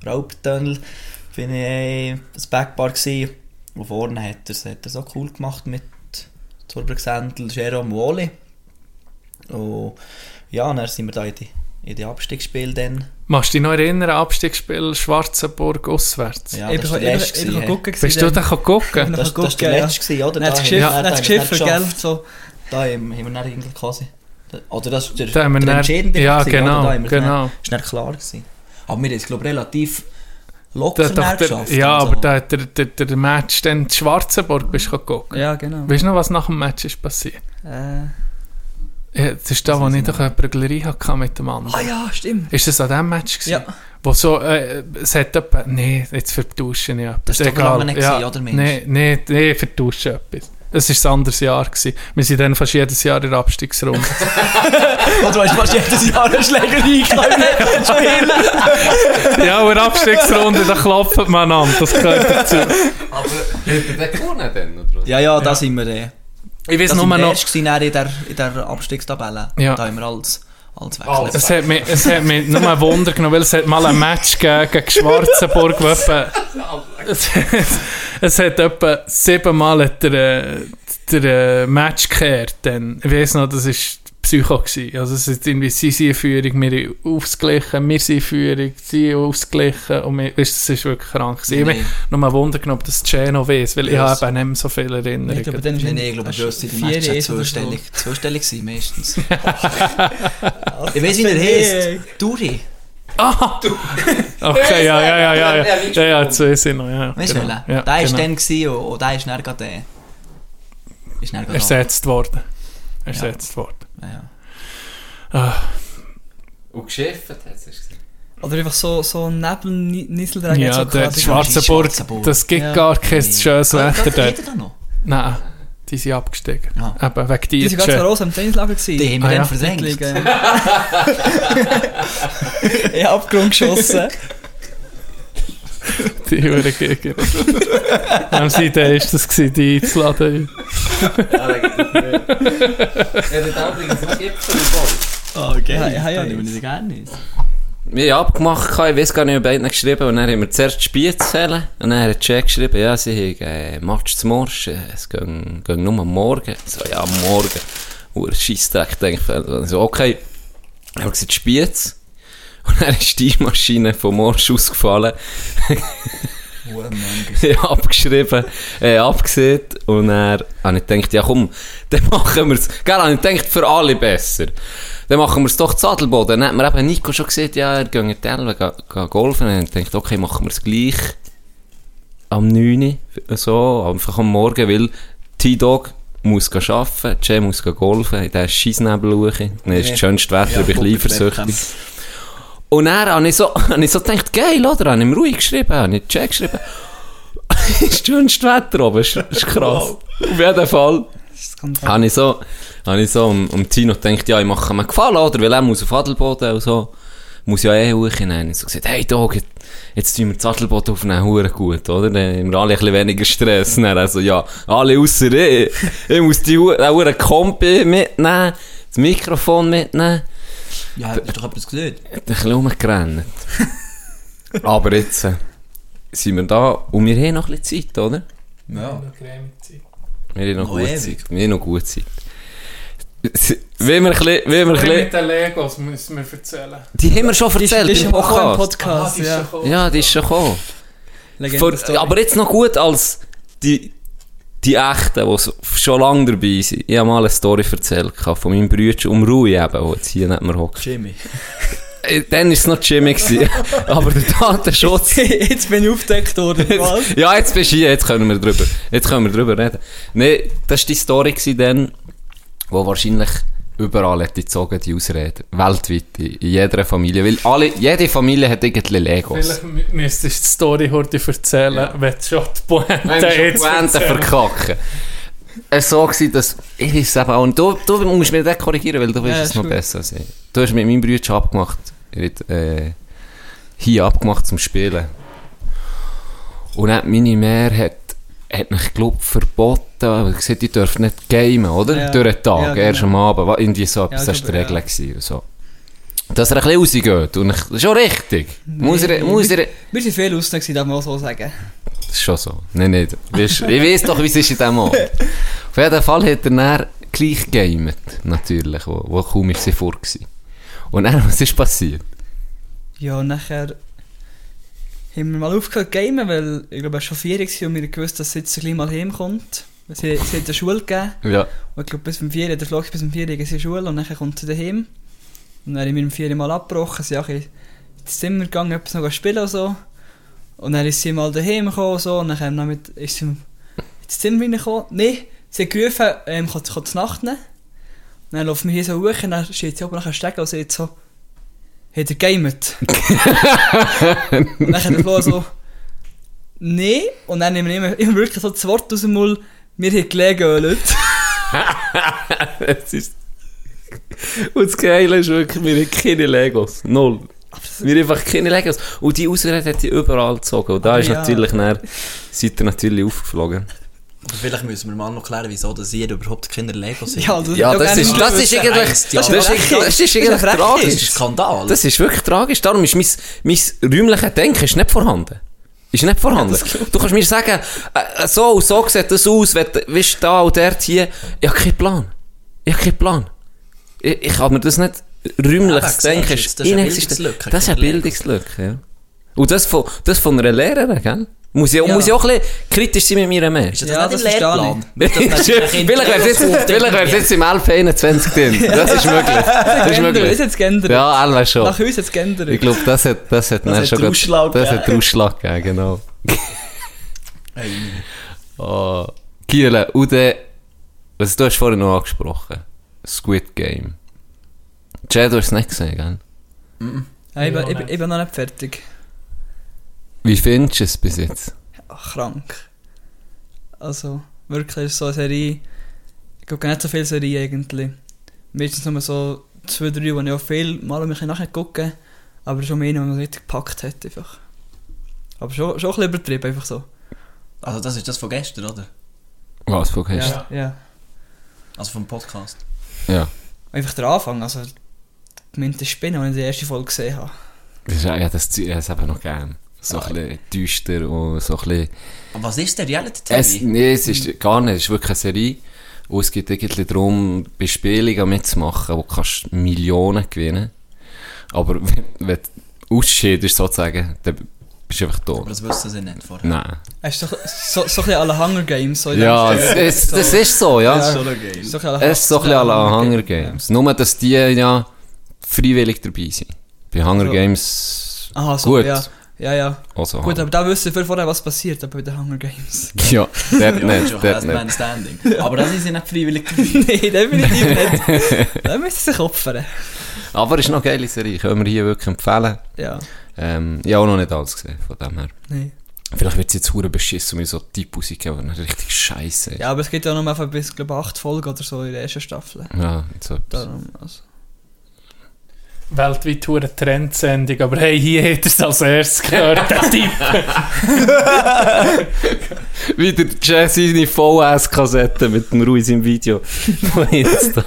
Speaker 1: Raubtunnel, bin ich äh, das Backbar gewesen. Und vorne hat er es hat er's auch cool gemacht mit Zorbergsendel, Jerome Wally. Und ja, und dann sind wir da in die, in die Abstiegsspiele dann.
Speaker 4: Machst du dich noch erinnern, Abstiegsspiel Schwarzenburg auswärts?
Speaker 1: Ja,
Speaker 3: Ich
Speaker 1: das war der letzte.
Speaker 3: bin
Speaker 1: gewesen,
Speaker 3: gucken.
Speaker 4: Bist du da
Speaker 1: hey.
Speaker 4: gucken?
Speaker 1: Das war der
Speaker 3: Ja.
Speaker 1: letzte, gewesen, oder?
Speaker 3: Dann hat es
Speaker 1: Da
Speaker 3: geschifft,
Speaker 1: haben wir-
Speaker 3: dann
Speaker 1: da haben wir
Speaker 3: hat's
Speaker 1: nicht
Speaker 3: geschifft, gell?
Speaker 1: geschafft.
Speaker 3: So.
Speaker 1: Da haben haben wir dann irgendwie quasi. Oder das ist der,
Speaker 4: Da haben wir
Speaker 1: der
Speaker 4: dann-
Speaker 1: entscheidende
Speaker 4: ja,
Speaker 1: gewesen,
Speaker 4: genau,
Speaker 1: oder? Da haben wir
Speaker 4: genau.
Speaker 1: Dann, ist dann klar gewesen. Aber wir haben es, glaube ich, relativ
Speaker 4: Da
Speaker 1: locker
Speaker 4: hat doch
Speaker 1: dann
Speaker 4: der,
Speaker 1: geschafft.
Speaker 4: ja,
Speaker 1: also.
Speaker 4: aber da hat der, der, der Match dann in Schwarzenburg bist du gucken.
Speaker 3: Ja, genau.
Speaker 4: Weißt du noch, was nach dem Match ist passiert?
Speaker 3: Äh,
Speaker 4: Ja, das ist da, wo ich doch eine Prüglerei hatte mit dem anderen.
Speaker 3: ah ja, stimmt.
Speaker 4: Ist das an diesem Match gewesen?
Speaker 3: Ja.
Speaker 4: Wo so, äh, es hat etwa, nee, jetzt vertauschen ich etwas.
Speaker 1: Das ist doch lange nicht gewesen, oder, Mensch?
Speaker 4: Nee, nee, nee, vertauschen etwas. Es war ein anderes Jahr. Gewesen. Wir sind dann fast jedes Jahr in der Abstiegsrunde.
Speaker 1: Oder du hast fast jedes Jahr einen Schläger eingeklappt. Schon hin.
Speaker 4: ja, in der Abstiegsrunde, da klopft man an. Das gehört dazu.
Speaker 2: Aber hätte der gewonnen dann, oder?
Speaker 1: Ja, ja, da sind wir. Äh,
Speaker 4: Ich weiß
Speaker 1: da
Speaker 4: nur
Speaker 1: sind wir
Speaker 4: noch...
Speaker 1: erst gewesen, dann in der, in der Abstiegstabelle.
Speaker 4: Ja.
Speaker 1: Da haben wir alles, alles
Speaker 2: Alles.
Speaker 1: weggelegt.
Speaker 4: Es hat mich, es hat mich nur ein Wunder genommen, weil es hat mal ein Match gegeben gegen Schwarzenburg, wo etwa, es, es hat etwa siebenmal hat der, äh, der äh, Match gekehrt. Dann. Ich weiss noch, das war Psycho. Gewesen. Also es ist irgendwie, sie sind in Führung, wir sind ausgeglichen, wir sind in Führung, sie sind ausgeglichen und wir, weisst, es ist wirklich krank. Gewesen. Ich
Speaker 1: Nee.
Speaker 4: habe nur ein Wunder genommen, ob das Jay noch weiss, weil ich
Speaker 1: Yes.
Speaker 4: habe eben nicht mehr so viele Erinnerungen.
Speaker 3: Ich glaube, dann ist
Speaker 1: Nein, nein, ich glaube, das sind die
Speaker 3: vier
Speaker 1: Matches
Speaker 3: Eisen oder so.
Speaker 1: zweistellig. Zweistellig sind meistens. ich weiß, wie er heißt. Duri.
Speaker 4: Ah! Okay, ja, ja, ja, ja, ja, ja, ja, zwei sind noch, ja.
Speaker 1: Weißt du,
Speaker 4: genau.
Speaker 1: welchen?
Speaker 4: Ja,
Speaker 1: der war
Speaker 4: genau.
Speaker 1: dann gewesen und, und der ist dann gerade. Äh, ist dann
Speaker 3: Genau.
Speaker 1: gerade
Speaker 4: ersetzt worden. Ersetzt worden.
Speaker 1: Ja, ja.
Speaker 2: Und geschifft hat es gesagt.
Speaker 3: Oder einfach so, so ein Nebel-Nissel
Speaker 4: Ja,
Speaker 3: dran. so
Speaker 4: der
Speaker 3: quasi-
Speaker 4: Schwarzenburg,
Speaker 1: Schwarzenburg.
Speaker 4: das gibt
Speaker 3: Ja.
Speaker 4: gar kein
Speaker 3: Äh,
Speaker 4: schönes
Speaker 1: Ah,
Speaker 4: Wetter
Speaker 1: geht- geht
Speaker 4: dort.
Speaker 1: er da noch?
Speaker 4: Nein, die sind abgestiegen.
Speaker 1: Ah.
Speaker 4: Eben, wegen
Speaker 3: Die sind ganz
Speaker 4: dir.
Speaker 3: raus am Tennislager gewesen.
Speaker 1: Die haben wir
Speaker 4: Ah,
Speaker 1: dann
Speaker 4: ja.
Speaker 1: verdrängt.
Speaker 3: Liga. ich hab Abgrund geschossen.
Speaker 4: Die Huren Gegner. Am Seite ist das gewesen, die einzuladen.
Speaker 2: Ja, wegen der Er hat auch übrigens noch Gipfel im Ball.
Speaker 1: Ah, okay.
Speaker 3: Ja, ja, ja,
Speaker 1: Dann nehmen wir
Speaker 3: jetzt.
Speaker 1: das gerne.
Speaker 2: Wir haben abgemacht, ich weiß gar nicht, wir beiden geschrieben und dann haben wir zuerst die Spiez zählen und dann hat Jack geschrieben, ja, sie haben äh, Match zum Morgen, es ging, ging nur am Morgen. Ich So, ja, am Morgen. Uhr Scheissdreck, denke ich. So, okay. Ich habe gesagt, die Spiez. Und dann ist die Maschine vom Morsch ausgefallen.
Speaker 1: Hohe Oh, Mann.
Speaker 2: Ich hab abgeschrieben, äh, abgesehen und er habe ich gedacht, ja komm, dann machen wir es. Gell, habe ich gedacht, für alle besser. Dann machen wir es doch zu Adelboden. Dann hat mir eben Nico schon gesagt, ja, er geht in die Elbe, geht- geht golfen. Und ich dachte, okay, machen wir es gleich am 9. Uhr, so, einfach am Morgen, weil T-Dog muss gehen arbeiten, Jay muss gehen golfen, der ist Scheissnebel hoch. Dann ist das schönste Wetter, bin ich liefersüchtig. Und dann habe ich so, habe ich so gedacht, geil, oder? Habe ich ihm ruhig geschrieben, habe ich Jack geschrieben. ist schönstes Wetter oben, ist, ist krass. Auf jeden Fall
Speaker 3: Skandal.
Speaker 2: habe ich so, habe ich so um, um 10 Uhr gedacht, ja, ich mache mir einen Gefallen, oder? Weil er muss auf Adelboden und so. Muss ja eh hoch hinein. Und so gesagt, hey, Dog, jetzt, jetzt tun wir das Adelboden aufnehmen, hure gut, oder? Dann haben wir alle ein bisschen weniger Stress. Und Dann also, ja, alle ausser ich. Ich muss die Hure- den hure Kompi mitnehmen, das Mikrofon mitnehmen.
Speaker 1: Ja, hast du doch etwas gesehen?
Speaker 2: Ein bisschen rumgerannt. Aber jetzt äh, sind wir da und wir haben noch ein bisschen Zeit, oder?
Speaker 1: Ja.
Speaker 2: Wir haben noch
Speaker 1: Noch
Speaker 2: gut
Speaker 1: ewig.
Speaker 2: Zeit. Wir haben noch gut Zeit. S- Wenn wir ein bisschen, wenn wir ein bisschen,
Speaker 4: Mit den Legos müssen wir erzählen.
Speaker 2: die haben wir schon
Speaker 3: Die
Speaker 2: erzählt
Speaker 3: ist
Speaker 2: im
Speaker 3: auch im
Speaker 2: Podcast.
Speaker 3: Podcast,
Speaker 4: Ah, die ist schon
Speaker 3: ja.
Speaker 4: gekommen.
Speaker 2: Ja, die ist schon gekommen.
Speaker 3: Legende
Speaker 2: Vor,
Speaker 3: Story.
Speaker 2: aber jetzt noch gut als die, die echten, die so- schon lange dabei sind. Ich habe mal eine Story erzählt gehabt von meinem Bruder um Ruhe eben, der jetzt hier nicht mehr hockt.
Speaker 1: Jimmy.
Speaker 2: Äh, Dann war es noch Jimmy, gewesen. aber der Datenschutz...
Speaker 3: jetzt bin ich aufgedeckt worden. Was?
Speaker 2: ja, jetzt bist du hier, jetzt können wir drüber, jetzt können wir drüber reden. Nee, das war die Story gewesen dann, wo wahrscheinlich überall hätte gezogen, die Ausrede. Weltweit, in in jeder Familie. Weil alle, jede Familie hat irgendwie Legos.
Speaker 4: Vielleicht mü- müsstest du die Story heute erzählen, wenn du schon die
Speaker 2: Wenn
Speaker 4: Pointe
Speaker 2: wir schon die
Speaker 4: jetzt
Speaker 2: Pointe
Speaker 4: erzählst.
Speaker 2: verkacken. Es war so, gewesen, dass ich weiß es eben auch. Und du, du musst mir das korrigieren, weil du weißt
Speaker 3: Ja,
Speaker 2: es
Speaker 3: ist
Speaker 2: noch
Speaker 3: gut.
Speaker 2: besser als ich. Du hast mit meinem Bruder schon abgemacht. Er hat, äh, hier abgemacht zum Spielen. Und dann meine Mär hat, hat mich, glaub verboten, weil sie gesagt, ich dürfen nicht gamen, oder?
Speaker 3: Ja.
Speaker 2: Durch den Tag,
Speaker 3: Ja, genau.
Speaker 2: erst am Abend. wa- Irgendwie so etwas,
Speaker 3: Ja,
Speaker 2: das war die
Speaker 3: glaub,
Speaker 2: Regel.
Speaker 3: ja.
Speaker 2: gewesen und So. Dass er ein bisschen rausgeht. Und ich, das ist auch richtig. Muss er, muss er,
Speaker 3: Wir sind viel ausgedeckt, gewesen, darf man auch so sagen.
Speaker 2: das ist schon so. Nein, nein. du Weißt, ich weiß doch, wie es ist in diesem Ort. Auf jeden Fall hat er dann gleich gegamet, natürlich, wo, wo kaum ist sie vor gewesen. Und dann, was ist passiert?
Speaker 3: Ja, und nachher haben wir mal aufgehört zu gamen, weil ich glaube, er war schon vier gewesen und wir gewusst, dass er jetzt gleich mal heimkommt. Sie, sie hat eine Schule gegeben
Speaker 2: Ja.
Speaker 3: und ich glaube, bis zum vier, der Vlog bis zum vier in die Schule und dann kommt sie daheim. Und dann haben wir um vier mal abgebrochen, sind auch ein bisschen ins Zimmer gegangen, etwas noch spielen und so. Und dann ist sie mal daheim gekommen und so und dann am Nachmittag ist sie ins Zimmer reingekommen. Nein, sie hat gerufen, ähm, kommt, kommt zu Nacht nehmen. Und dann laufen wir hier so hoch und dann steht sie oben nach einem Stecken und sagt so, hat er gamet? und dann hat der Flo so, nein. Und dann nehmen wir immer, immer wirklich so das Wort aus dem Mund, wir haben gelegen, Leute.
Speaker 2: Es ist und das Geile ist wirklich, wir haben keine Legos. Null. Wir haben einfach keine Legos. Und die Ausrede hat die überall gezogen. Und da
Speaker 3: Aber
Speaker 2: ist
Speaker 3: ja.
Speaker 2: natürlich dann, seid ihr natürlich aufgeflogen.
Speaker 1: Aber vielleicht müssen wir mal noch klären, wieso dass ihr überhaupt Kinder Legos sind.
Speaker 3: das,
Speaker 2: Ja, das
Speaker 3: gerne
Speaker 2: ist,
Speaker 3: mal
Speaker 2: das
Speaker 3: wissen.
Speaker 2: ist eigentlich, das
Speaker 1: Eins,
Speaker 2: ist,
Speaker 1: ja.
Speaker 2: das ist, das ist eigentlich
Speaker 1: Das
Speaker 3: Frechheit.
Speaker 1: ist ein
Speaker 2: tragisch.
Speaker 1: Skandal.
Speaker 2: Das ist wirklich tragisch. Darum ist mein, mein räumliches Denken ist nicht vorhanden. Ist nicht vorhanden. du kannst mir sagen, äh, äh, so und so sieht das aus, wenn du weißt, da und dort hier. Ich habe keinen Plan. Ich habe keinen Plan. Ich, ich habe mir das nicht
Speaker 1: Aber
Speaker 2: räumliches
Speaker 1: siehst du
Speaker 2: Denken.
Speaker 1: jetzt,
Speaker 2: ist
Speaker 1: das ist eine
Speaker 2: inexistent.
Speaker 1: Bildungslücke.
Speaker 2: Das ist eine Bildungslücke, ja. Und das von, das von einer Lehrerin, gell? Muss ich,
Speaker 3: Ja.
Speaker 2: muss ich auch ein bisschen kritisch sein mit mir mehr.
Speaker 1: Ist das
Speaker 3: Ja,
Speaker 1: nicht im
Speaker 3: das verstehe
Speaker 1: Lehrplan?
Speaker 2: Vielleicht wäre es jetzt, vielleicht wär's jetzt im Alpha 21 drin. Das ist möglich. Das ist
Speaker 3: Geändert, ist
Speaker 2: möglich.
Speaker 3: Äh, jetzt geändert.
Speaker 2: Ja, Alpha schon.
Speaker 3: Nach uns hat es geändert.
Speaker 2: Ich glaube, das hat, das hat,
Speaker 1: hat den Ausschlag
Speaker 2: Das
Speaker 1: gegeben.
Speaker 2: hat den Ausschlag gegeben, genau.
Speaker 1: Ey,
Speaker 2: Oh. Kiele, und dann, was du hast vorhin noch angesprochen. Squid Game. dus Jay, du hast es nicht gesehen, gell?
Speaker 3: ja, ich, bin, ich, bin, ich bin noch nicht fertig.
Speaker 2: Wie findest du es bis jetzt?
Speaker 3: Ach, krank. Also, wirklich ist so eine Serie. Ich gucke nicht so viele Serien eigentlich. Meistens nur so zwei, drei, die ich auch viel mal mich nachher gucke. Aber schon mehr, die man richtig gepackt hat. Einfach. Aber schon, schon ein bisschen übertrieben, einfach so.
Speaker 1: Also das ist das von gestern, oder?
Speaker 2: Was, von gestern?
Speaker 3: Ja, ja.
Speaker 1: Also vom Podcast.
Speaker 2: Ja.
Speaker 3: Einfach der Anfang, also die Minte Spinnen, die ich die erste Folge gesehen habe.
Speaker 2: Das ist, ja, das, Zeug- das eben noch gern. So ein bisschen düster und so ein bisschen...
Speaker 1: Aber was ist der
Speaker 2: Es,
Speaker 1: Reality-TV?
Speaker 2: nee, es ist gar nicht. Es ist wirklich eine Serie. Und es geht irgendwie darum, bei Spielungen mitzumachen, wo du kannst Millionen gewinnen Aber wenn, wenn du ausschiedest, sozusagen, dann bist einfach
Speaker 1: Aber
Speaker 2: tot.
Speaker 1: das wissen sie nicht vorher.
Speaker 2: Nein.
Speaker 3: Es ist doch so, so ein bisschen à la Hunger Games. So in
Speaker 2: Ja,
Speaker 3: dem
Speaker 2: es,
Speaker 3: Stil.
Speaker 2: es,
Speaker 3: So-
Speaker 2: das ist so, ja.
Speaker 1: Das ist schon ein Game.
Speaker 3: so ein bisschen à la-
Speaker 2: Es ist so ein bisschen à la Hunger Games. Nur, dass die ja freiwillig dabei sind. Bei Hunger
Speaker 3: Ja.
Speaker 2: Games
Speaker 3: Aha, Ah, so,
Speaker 2: Gut.
Speaker 3: ja. Ja, ja.
Speaker 2: also
Speaker 3: Gut, aber da wissen wir vorher, was passiert aber bei den Hunger Games.
Speaker 2: Ja, dort
Speaker 1: Ja,
Speaker 2: nicht,
Speaker 1: schon
Speaker 2: dort
Speaker 1: Last
Speaker 2: nicht.
Speaker 1: Man Standing. Aber das ist ja nicht freiwillig dabei.
Speaker 3: nee, definitiv nicht. da müssen sie sich opfern.
Speaker 2: Aber ist noch eine geile Serie, können wir hier wirklich empfehlen.
Speaker 3: Ja,
Speaker 2: Ähm, ich habe auch noch nicht alles gesehen, von dem her.
Speaker 3: nee.
Speaker 2: Vielleicht wird es jetzt hure beschissen, und mir so Typ rausgeben, der richtig scheiße ist.
Speaker 3: Ja, aber es gibt ja noch mal bis, glaube acht Folgen oder so in der ersten Staffel.
Speaker 2: Ja, so etwas.
Speaker 3: Darum, also.
Speaker 4: Weltweit hure Trendsendung, aber hey, hier hätte es als erstes gehört, der Typ.
Speaker 2: Wie der Jazz seine VS-Kassette mit dem Ruiz im Video. Von Insta.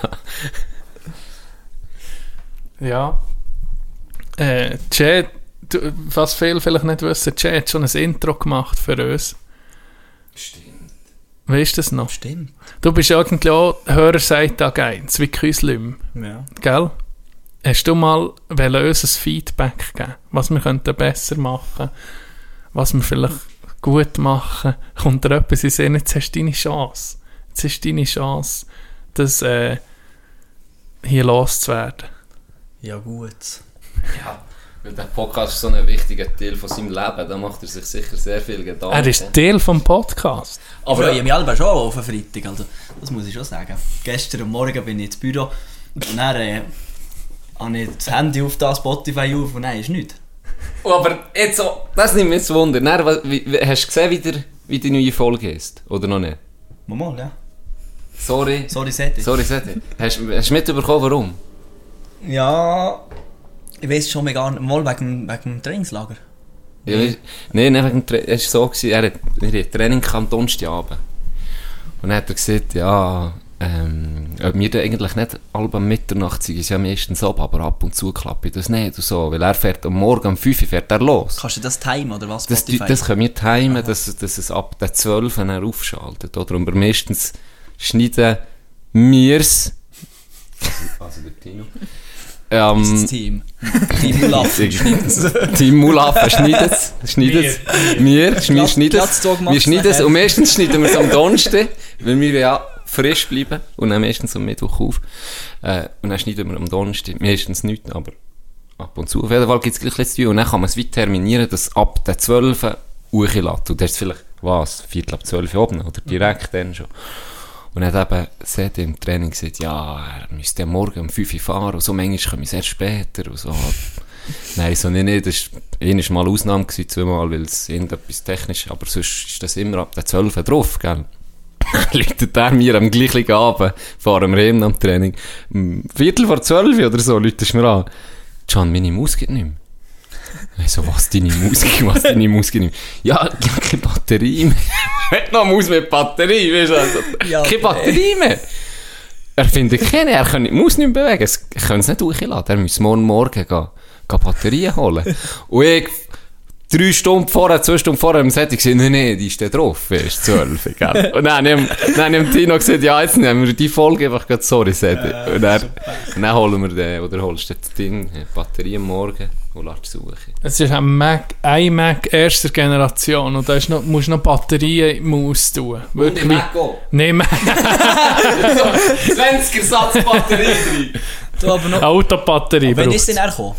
Speaker 4: Ja. Äh, Jay, du, was viele vielleicht nicht wissen, Jay hat schon ein Intro gemacht für uns. Stimmt. Weißt du das noch?
Speaker 1: Stimmt.
Speaker 4: Du bist irgendwie auch Hörer seit Tag 1, wie Küslim,
Speaker 1: Ja.
Speaker 4: gell? Hast du mal wollen uns ein Feedback geben, was wir könnten besser machen was wir vielleicht gut machen? Kommt dir etwas in den Sinn? Jetzt hast du deine Chance. Jetzt ist deine Chance, das äh, hier loszuwerden.
Speaker 1: Ja, gut.
Speaker 2: Ja, weil der Podcast ist so ein wichtiger Teil von seinem Leben, da macht er sich sicher sehr viel Gedanken.
Speaker 4: Er ist Teil vom Podcast.
Speaker 1: Aber freue mich selber schon auf einen Freitag, also das muss ich schon sagen. Gestern Morgen bin ich ins Büro und dann äh, habe ich das Handy auf das Spotify auf und nein, ist nichts.
Speaker 2: Oh, aber jetzt so, das nimmt mich jetzt Wunder. Dann, was, wie, wie- hast du gesehen, wie, der, wie die neue Folge ist? Oder noch nicht?
Speaker 1: Mal, mal ja.
Speaker 2: Sorry.
Speaker 1: Sorry, Seti.
Speaker 2: Sorry, Sete. Hast hast du mitbekommen, warum?
Speaker 1: Ja, ich weiß schon mega nicht, mal wegen, wegen dem Trainingslager.
Speaker 2: Ja, nee. Nein, nein, wegen dem Tra- es war so, gewesen, er hat, er hat Training gehabt am Donnerstagabend. Und dann hat er gesagt, ja, ähm, ob wir da eigentlich nicht alle am Mitternacht sind, ist ja meistens ab, aber ab und zu klappe ich das nicht und so, weil er fährt am Morgen um 5 Uhr fährt er los.
Speaker 1: Kannst du das timen oder was?
Speaker 2: Das, das können wir timen, dass, dass es ab der 12 Uhr dann aufschaltet, oder? Und wir meistens schneiden mir's. Also der Tino.
Speaker 1: ist
Speaker 2: Ähm,
Speaker 1: das Team. Team Love.
Speaker 2: Team Mulaffen schneidet es. Schneidet es. Wir, wir
Speaker 3: Platz-
Speaker 2: schneiden es.
Speaker 3: Platzdruck
Speaker 2: Wir
Speaker 3: macht's
Speaker 2: schneiden es.
Speaker 3: nachher.
Speaker 2: Und meistens schneiden wir es am Donnerstag, weil wir ja frisch bleiben und dann meistens am Mittwoch auf. Äh, und dann schneiden wir am Donnerstag meistens nichts, aber ab und zu. Auf jeden Fall gibt es gleich etwas zu tun. Und dann kann man es weit terminieren, dass ab der 12 Uhr hochlädt. Und das ist vielleicht, was, Viertel ab 12 Uhr oben oder direkt dann schon. Und er hat eben seit im Training gesagt, ja, er müsste morgen um 5 Uhr fahren und so, manchmal komme ich erst später und so. Nein, so nicht, nicht. Das war mal Ausnahme, gewesen, zweimal, weil es irgendetwas technisch aber sonst ist das immer ab der 12 Uhr drauf, gell? Läutet er mir am gleichen Abend, fahren wir eben am Training, um Viertel vor 12 Uhr oder so, läutest du mir an. Can, meine Maus geht nicht mehr. Ich so, was, deine Maus, was, deine Maus geht nicht mehr? Ja, ich habe keine Batterie mehr. Hat noch eine Maus mit Batterie, weißt du? Also,
Speaker 3: Ja,
Speaker 2: keine Batterie mehr. Er findet keine, er kann die Maus nicht mehr bewegen. Es- Ich kann es nicht durchladen. Er muss morgen Morgen gehen, gehen Batterien holen. Und ich, drei Stunden vorher, zwei Stunden vorher, am Set, ich gesagt, nein, nein, die ist da drauf, die ist zwölf, gell. Und dann haben dann haben Tino gesagt, ja, jetzt nehmen wir die Folge einfach gerade, sorry, Set. Und dann, dann holen wir den, oder holst du den, die Batterie am Morgen und lässt suchen.
Speaker 4: Es ist ein Mac, ein Mac erster Generation und da ist noch, musst noch Batterien in die Maus tun. Wirklich. Nein, Mac-
Speaker 2: 20 Ersatzbatterie drin.
Speaker 3: Du aber noch.
Speaker 4: Autobatterie
Speaker 1: Wann
Speaker 4: braucht
Speaker 1: ist denn er gekommen?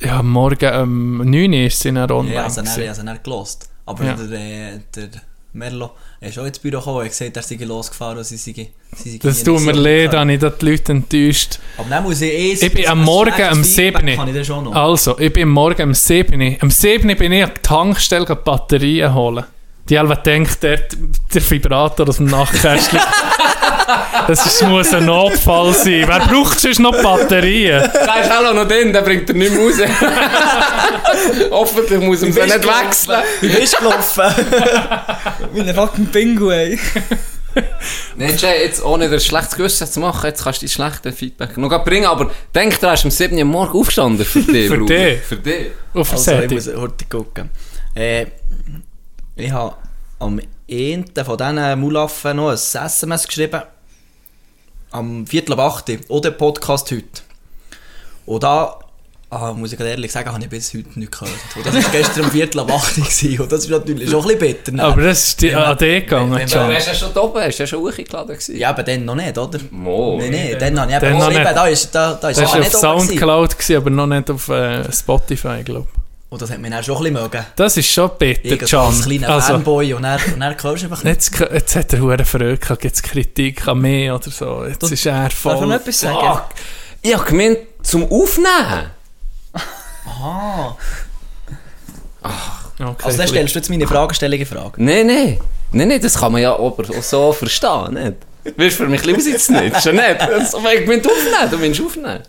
Speaker 4: Ja, morgen um 9 Uhr ist sie dann online.
Speaker 1: Ja, also er,
Speaker 4: gewesen.
Speaker 1: also er gelost. Aber
Speaker 4: Ja.
Speaker 1: der, äh, der Merlo er ist auch ins Büro gekommen und hat gesagt, er sei losgefahren und sie sei, sie sei
Speaker 4: Das
Speaker 1: nie
Speaker 4: tut mir
Speaker 1: so
Speaker 4: leid,
Speaker 1: gefahren.
Speaker 4: habe ich da die Leute enttäuscht.
Speaker 1: Aber dann muss ich eh...
Speaker 4: Ich bin
Speaker 1: ein
Speaker 4: am Morgen
Speaker 1: schlechtes
Speaker 4: um
Speaker 1: Feedback
Speaker 4: 7
Speaker 1: Kann ich das schon noch?
Speaker 4: Also, ich bin morgen um 7 Uhr. Um 7 Uhr bin ich an die Tankstelle gegangen, Batterien holen. Die Elva denkt, der, der Vibrator aus dem Nachtkästchen. das ist, muss ein Notfall sein. Wer braucht sonst noch Batterien?
Speaker 2: Da ist auch noch drin, den bringt er nicht mehr raus. Hoffentlich muss er sie nicht wechseln.
Speaker 1: Wie bist du gelaufen?
Speaker 3: Wie ein fucking Bingo, ey.
Speaker 2: Nein, Jay, jetzt ohne dir ein schlechtes Gewissen zu machen, jetzt kannst du dein schlechtes Feedback noch grad bringen, aber denk dran, hast du am 7. Uhr morgen aufgestanden für dich,
Speaker 4: Für
Speaker 2: Bruder.
Speaker 4: dich.
Speaker 2: Für dich.
Speaker 4: Auf
Speaker 1: Also, ich
Speaker 4: also,
Speaker 1: muss heute gucken. Äh, ich habe am 1. von diesen Mulaffen noch ein SMS geschrieben. Am Viertel ab 8. Uhr. Oder Podcast heute. Und da Ah, muss ich gerade ehrlich sagen, habe ich bis heute nicht gehört. Und das war gestern um Viertel ab 8 Uhr gewesen. Und das ist natürlich schon ein bisschen bitter. ne?
Speaker 4: Aber das ist die,
Speaker 1: Wenn man-
Speaker 4: an dich
Speaker 1: wenn-
Speaker 4: gegangen,
Speaker 1: wenn
Speaker 4: John.
Speaker 1: man-
Speaker 2: Hast du schon oben? Hast du schon hochgeladen?
Speaker 1: ja, aber dann noch nicht, oder?
Speaker 2: Mo.
Speaker 1: Nein, nein, dann habe ich eben
Speaker 4: Dann noch
Speaker 1: geschrieben,
Speaker 4: nicht.
Speaker 1: da ist, da, da ist
Speaker 4: Das
Speaker 1: ah, nicht
Speaker 4: war auf
Speaker 1: oben gewesen.
Speaker 4: Soundcloud, gewesen, aber noch nicht auf äh, Spotify, glaube ich.
Speaker 1: Und das hat mich dann schon ein bisschen mögen.
Speaker 4: Das ist schon bitter,
Speaker 1: Ich als
Speaker 4: John.
Speaker 1: kleiner
Speaker 4: Also,
Speaker 1: Fanboy und dann, und dann hörst du einfach nicht.
Speaker 4: jetzt, k- jetzt hat er hure Freude gehabt, jetzt Kritik an mich oder so. Jetzt ist er
Speaker 3: Darf ich
Speaker 1: Oh,
Speaker 4: voll...
Speaker 3: noch etwas sagen?
Speaker 2: Fuck. Ich hab gemeint, zum Aufnehmen.
Speaker 1: Ah,
Speaker 4: Okay,
Speaker 1: also dann
Speaker 4: vielleicht-
Speaker 1: stellst du jetzt meine Fragestellung Frage.
Speaker 2: Nein, nein. Nein, nein, das kann man ja aber auch so verstehen, nicht? Willst du für mich ein bisschen sitzen nicht? Schon nicht? Das, aber ich bin aufnehmen, du willst aufnehmen.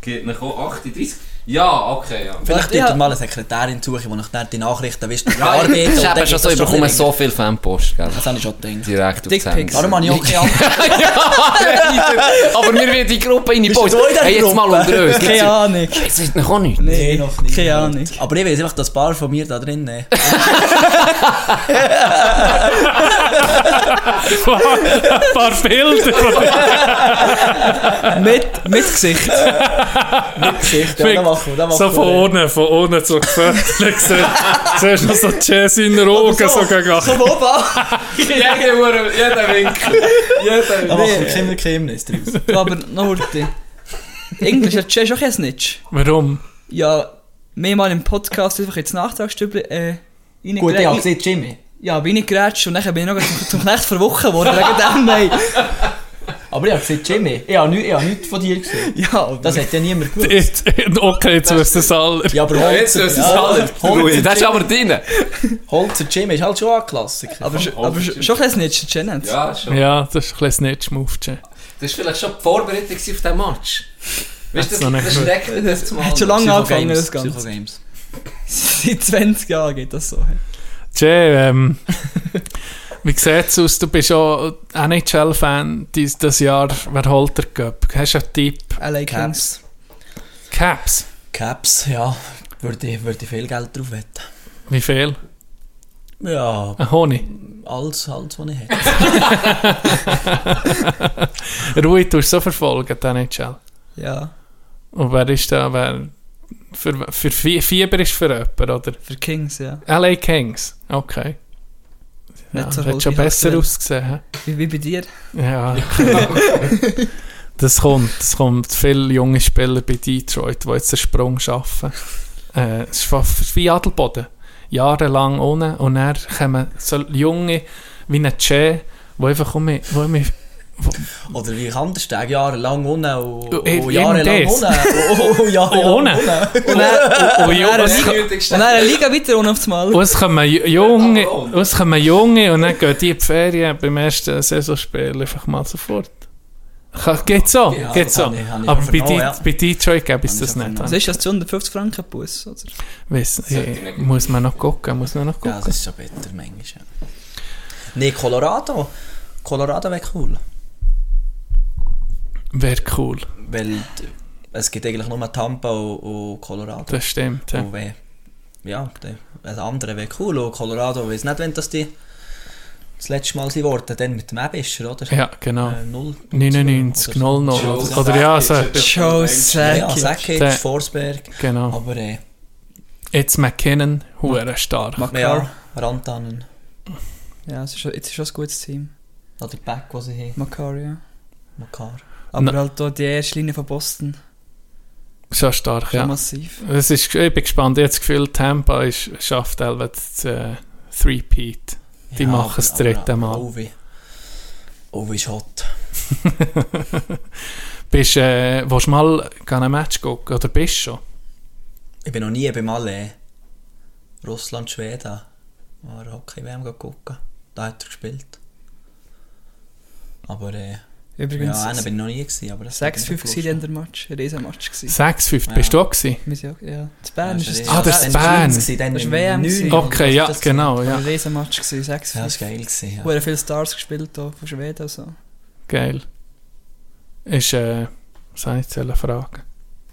Speaker 2: Geht nach 38? Ja, okay, ja.
Speaker 1: Vielleicht
Speaker 3: Ja.
Speaker 1: tut ihr mal eine Sekretärin suchen, die nach der die Nachrichten wisst, wie
Speaker 2: Ja,
Speaker 1: arbeitet.
Speaker 2: ich
Speaker 1: und dann
Speaker 2: habe
Speaker 1: gibt
Speaker 2: schon
Speaker 1: es
Speaker 2: so, ich
Speaker 1: ein
Speaker 2: bekomme
Speaker 1: bisschen-
Speaker 2: so viel Fanpost, gell?
Speaker 1: Das habe ich schon gedacht.
Speaker 2: Direkt auf die
Speaker 3: Dickpics.
Speaker 1: Darum habe ich auch keine Ahnung.
Speaker 2: Aber wir werden die Gruppe in die
Speaker 1: Bist du
Speaker 2: Boys.
Speaker 1: in der
Speaker 2: Hey, jetzt mal
Speaker 1: Gruppe?
Speaker 2: unter uns.
Speaker 3: Keine Ahnung.
Speaker 2: Jetzt ist noch auch nichts.
Speaker 3: Nee,
Speaker 1: noch nie.
Speaker 3: keine Ahnung.
Speaker 1: Aber ich weiß einfach, dass ein paar von mir da drin äh, nehmen.
Speaker 4: ein paar Bilder.
Speaker 3: Mit, mit Gesicht.
Speaker 1: Gesicht, ja, das machen wir, das machen
Speaker 4: so
Speaker 1: wir.
Speaker 4: von unten, von unten so gefördert. Siehst du noch so Jazz in den Augen, so
Speaker 1: So
Speaker 4: gegen
Speaker 1: von oben an.
Speaker 2: Jeder, jeder Winkel.
Speaker 1: Da machen wir kein Geheimnis draus.
Speaker 3: Aber noch heute. Englisch hat Jay schon kein Snitch.
Speaker 4: Warum?
Speaker 3: Ja, mehrmals im Podcast einfach ins Nachtragstübli äh,
Speaker 1: Gut, ich habe
Speaker 3: reingerät.
Speaker 1: gesehen, Jimmy.
Speaker 3: Ja, bin ich geratscht und dann bin ich noch zum, zum Knecht verwochen worden wegen dem, ey.
Speaker 1: Aber ich habe gesehen, Jimmy. Ich habe nichts nicht von dir gesehen.
Speaker 3: Ja,
Speaker 1: Das hat ja niemand gewusst.
Speaker 4: Jetzt- Okay, jetzt wissen es alle.
Speaker 1: Ja, aber
Speaker 2: Jetzt
Speaker 1: Holzer,
Speaker 2: ist es
Speaker 1: ja,
Speaker 2: alles.
Speaker 1: Holzer,
Speaker 2: Das ist aber deine.
Speaker 1: Holzer Jimmy ist halt schon ein Klassiker.
Speaker 3: aber, sch- aber sch- schon kein Snitch, der Jay nicht.
Speaker 2: Ja, schon.
Speaker 4: Ja, das ist ein bisschen Snitch-Move, Jay.
Speaker 2: Das war vielleicht schon die Vorbereitung auf diesen Match. Weißt
Speaker 4: Hat's noch
Speaker 2: du,
Speaker 4: nicht
Speaker 2: das
Speaker 4: gehört.
Speaker 2: schreckt mich jetzt mal.
Speaker 3: Hat schon lange angefangen,
Speaker 1: Psycho-Games,
Speaker 3: das Ganze.
Speaker 1: Psycho-Games.
Speaker 3: Seit 20 Jahren geht das so. hey.
Speaker 4: Jay, ähm, wie sieht es aus? Du bist auch NHL-Fan dies- das Jahr. Wer holt der Cup? Hast du einen Tipp?
Speaker 3: LA Kings.
Speaker 1: Caps.
Speaker 4: Caps.
Speaker 1: Caps, ja. Würde ich, würde ich viel Geld drauf wetten.
Speaker 4: Wie viel?
Speaker 1: Ja,
Speaker 4: Ein Honig.
Speaker 1: alles, alles, was ich hätte.
Speaker 4: Ruhe, du hast so verfolgt, die NHL.
Speaker 3: Ja,
Speaker 4: Und wer ist da? Wer, für, für Fie- Fieber ist für jemanden, oder?
Speaker 3: für Kings, ja.
Speaker 4: LA Kings. Okay. Ja,
Speaker 3: Nicht so
Speaker 4: das
Speaker 3: voll
Speaker 4: hat schon
Speaker 3: viel
Speaker 4: besser
Speaker 3: aktuell.
Speaker 4: ausgesehen.
Speaker 3: Wie, wie bei dir?
Speaker 4: hä? Ja. das kommt. Das kommt. Viele junge Spieler bei Detroit, die jetzt den Sprung schaffen. Äh, es ist fast wie Adelboden. Jahrelang ohne. Und dann kommen so junge wie ein Che, die einfach um mich, wo mich
Speaker 1: Oder wie ich anders sage, jahrelang ohne und,
Speaker 4: Oh, eben
Speaker 1: und jahrelang
Speaker 4: das.
Speaker 1: ohne. Oh, oh, oh, jahrelang
Speaker 4: Ohne.
Speaker 1: ohne.
Speaker 3: Und dann,
Speaker 4: und,
Speaker 3: und
Speaker 4: jung-
Speaker 3: dann, und dann eine Liga weiter und auf einmal.
Speaker 4: Und es kommen Ju- Junge,
Speaker 1: Oh,
Speaker 4: und es kommen Junge und dann gehen die in die Ferien beim ersten Saisonspiel einfach mal sofort. Ka- Geht so,
Speaker 1: Ja,
Speaker 4: geht
Speaker 1: das
Speaker 4: so.
Speaker 1: habe ich- habe ich
Speaker 4: Aber bei,
Speaker 1: vernommen,
Speaker 4: De-
Speaker 1: ja.
Speaker 4: bei Detroit gäbe es
Speaker 1: Habe
Speaker 4: das
Speaker 1: ich
Speaker 4: nicht.
Speaker 3: Was ist das? 250 Franken Bus, oder?
Speaker 4: Weiss,
Speaker 2: Sollte
Speaker 4: ich-
Speaker 2: nicht.
Speaker 4: muss man noch gucken, muss man noch
Speaker 1: Ja,
Speaker 4: gucken.
Speaker 1: das ist schon bitter manchmal. Ja. Nee, Colorado. Colorado wäre cool.
Speaker 4: Wäre cool,
Speaker 1: Weil d- es gibt eigentlich nur Tampa und, und Colorado.
Speaker 4: das stimmt. Ja.
Speaker 1: Und weh. Ja, der, ein anderer wäre cool. Und Colorado, weiß nicht, wenn das die das letzte Mal sie wurden, dann mit dem Ebischer, oder?
Speaker 4: ja, genau.
Speaker 1: Äh, 0,
Speaker 4: 99, 00.
Speaker 2: Joe
Speaker 4: Oder ja, so,
Speaker 2: Sakic.
Speaker 3: Joe
Speaker 1: Ja,
Speaker 3: Sakic.
Speaker 1: Sakic,
Speaker 4: Der-
Speaker 1: Forsberg.
Speaker 4: genau.
Speaker 1: Aber äh,
Speaker 4: Jetzt McKinnon, hure stark.
Speaker 1: ja, Rantanen.
Speaker 3: Ja, es ist, schon- jetzt ist schon ein gutes Team.
Speaker 1: Oder die Back, die sie haben.
Speaker 3: Makar, ja.
Speaker 1: Makar.
Speaker 3: Aber
Speaker 4: Na-
Speaker 3: halt auch die erste Linie von Boston.
Speaker 4: Schon stark,
Speaker 3: Schon
Speaker 4: ja.
Speaker 3: massiv.
Speaker 4: Es ist, ich bin gespannt. Ich habe das Gefühl, Tampa ist, schafft Elvet das äh, Three-Peat. Die machen das
Speaker 1: aber- aber-
Speaker 4: dritte Mal.
Speaker 1: Ovi. Ovi ist oh, hot.
Speaker 4: Bist, äh, willst du mal gerne ein Match gucken? Oder bist du schon?
Speaker 1: Ich bin noch nie beim Alle Russland, Schweden. War Hockey WM gucken. Da hat er gespielt. Aber äh,
Speaker 3: Übrigens,
Speaker 1: ja, einer bin ich noch nie gewesen, aber das
Speaker 3: 6-5 gewesen in der Match. Ein Riesenmatch gewesen.
Speaker 4: 6-5,
Speaker 1: Ja.
Speaker 4: bist du auch gewesen?
Speaker 3: Wir sind auch- Ja, das Bern ist es.
Speaker 4: Ah, das ist Bern.
Speaker 3: Das ist WM gewesen. Ja,
Speaker 4: Okay, ja, genau,
Speaker 3: Ja.
Speaker 4: ja.
Speaker 3: Ein Riesenmatch gewesen,
Speaker 1: Ja, das
Speaker 3: 6-5.
Speaker 1: war geil. Gewesen, ja.
Speaker 3: Wo er viele Stars gespielt hat, von Schweden und so.
Speaker 4: Geil. Ist, äh, was soll ich jetzt eine Frage?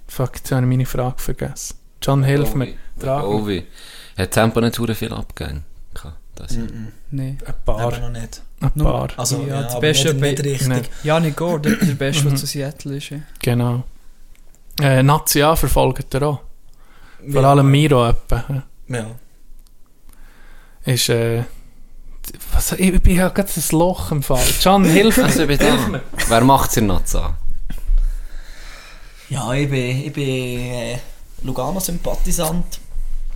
Speaker 4: Fuck, jetzt habe ich meine Frage vergessen. John, hilf mir. Trag mir.
Speaker 2: Ovi. Hat Tempo nicht sehr viel abgegangen? gehabt, Das
Speaker 4: Mm.
Speaker 2: Jahr?
Speaker 3: Nein.
Speaker 4: Ein
Speaker 1: Aber
Speaker 4: paar.
Speaker 1: noch nicht.
Speaker 4: Ein
Speaker 3: Nur-
Speaker 4: paar.
Speaker 1: Also,
Speaker 3: Ja,
Speaker 1: ja,
Speaker 3: das
Speaker 1: aber
Speaker 3: Beste
Speaker 1: nicht, nicht richtig.
Speaker 4: Nein.
Speaker 3: Janik Gore, der, der Beste, der zu Seattle ist. ja.
Speaker 4: Genau. Äh, Nazi A verfolgt er auch. Vor
Speaker 1: Ja.
Speaker 4: allem Miro etwa. ja.
Speaker 1: Ja.
Speaker 4: Ist, äh, was, ich bin ja gerade ein Loch im Fall. Can, hilf mir.
Speaker 2: Also ich bin da. Wer macht's in Nazza?
Speaker 1: Ja, ich bin, ich bin äh, Lugano-Sympathisant.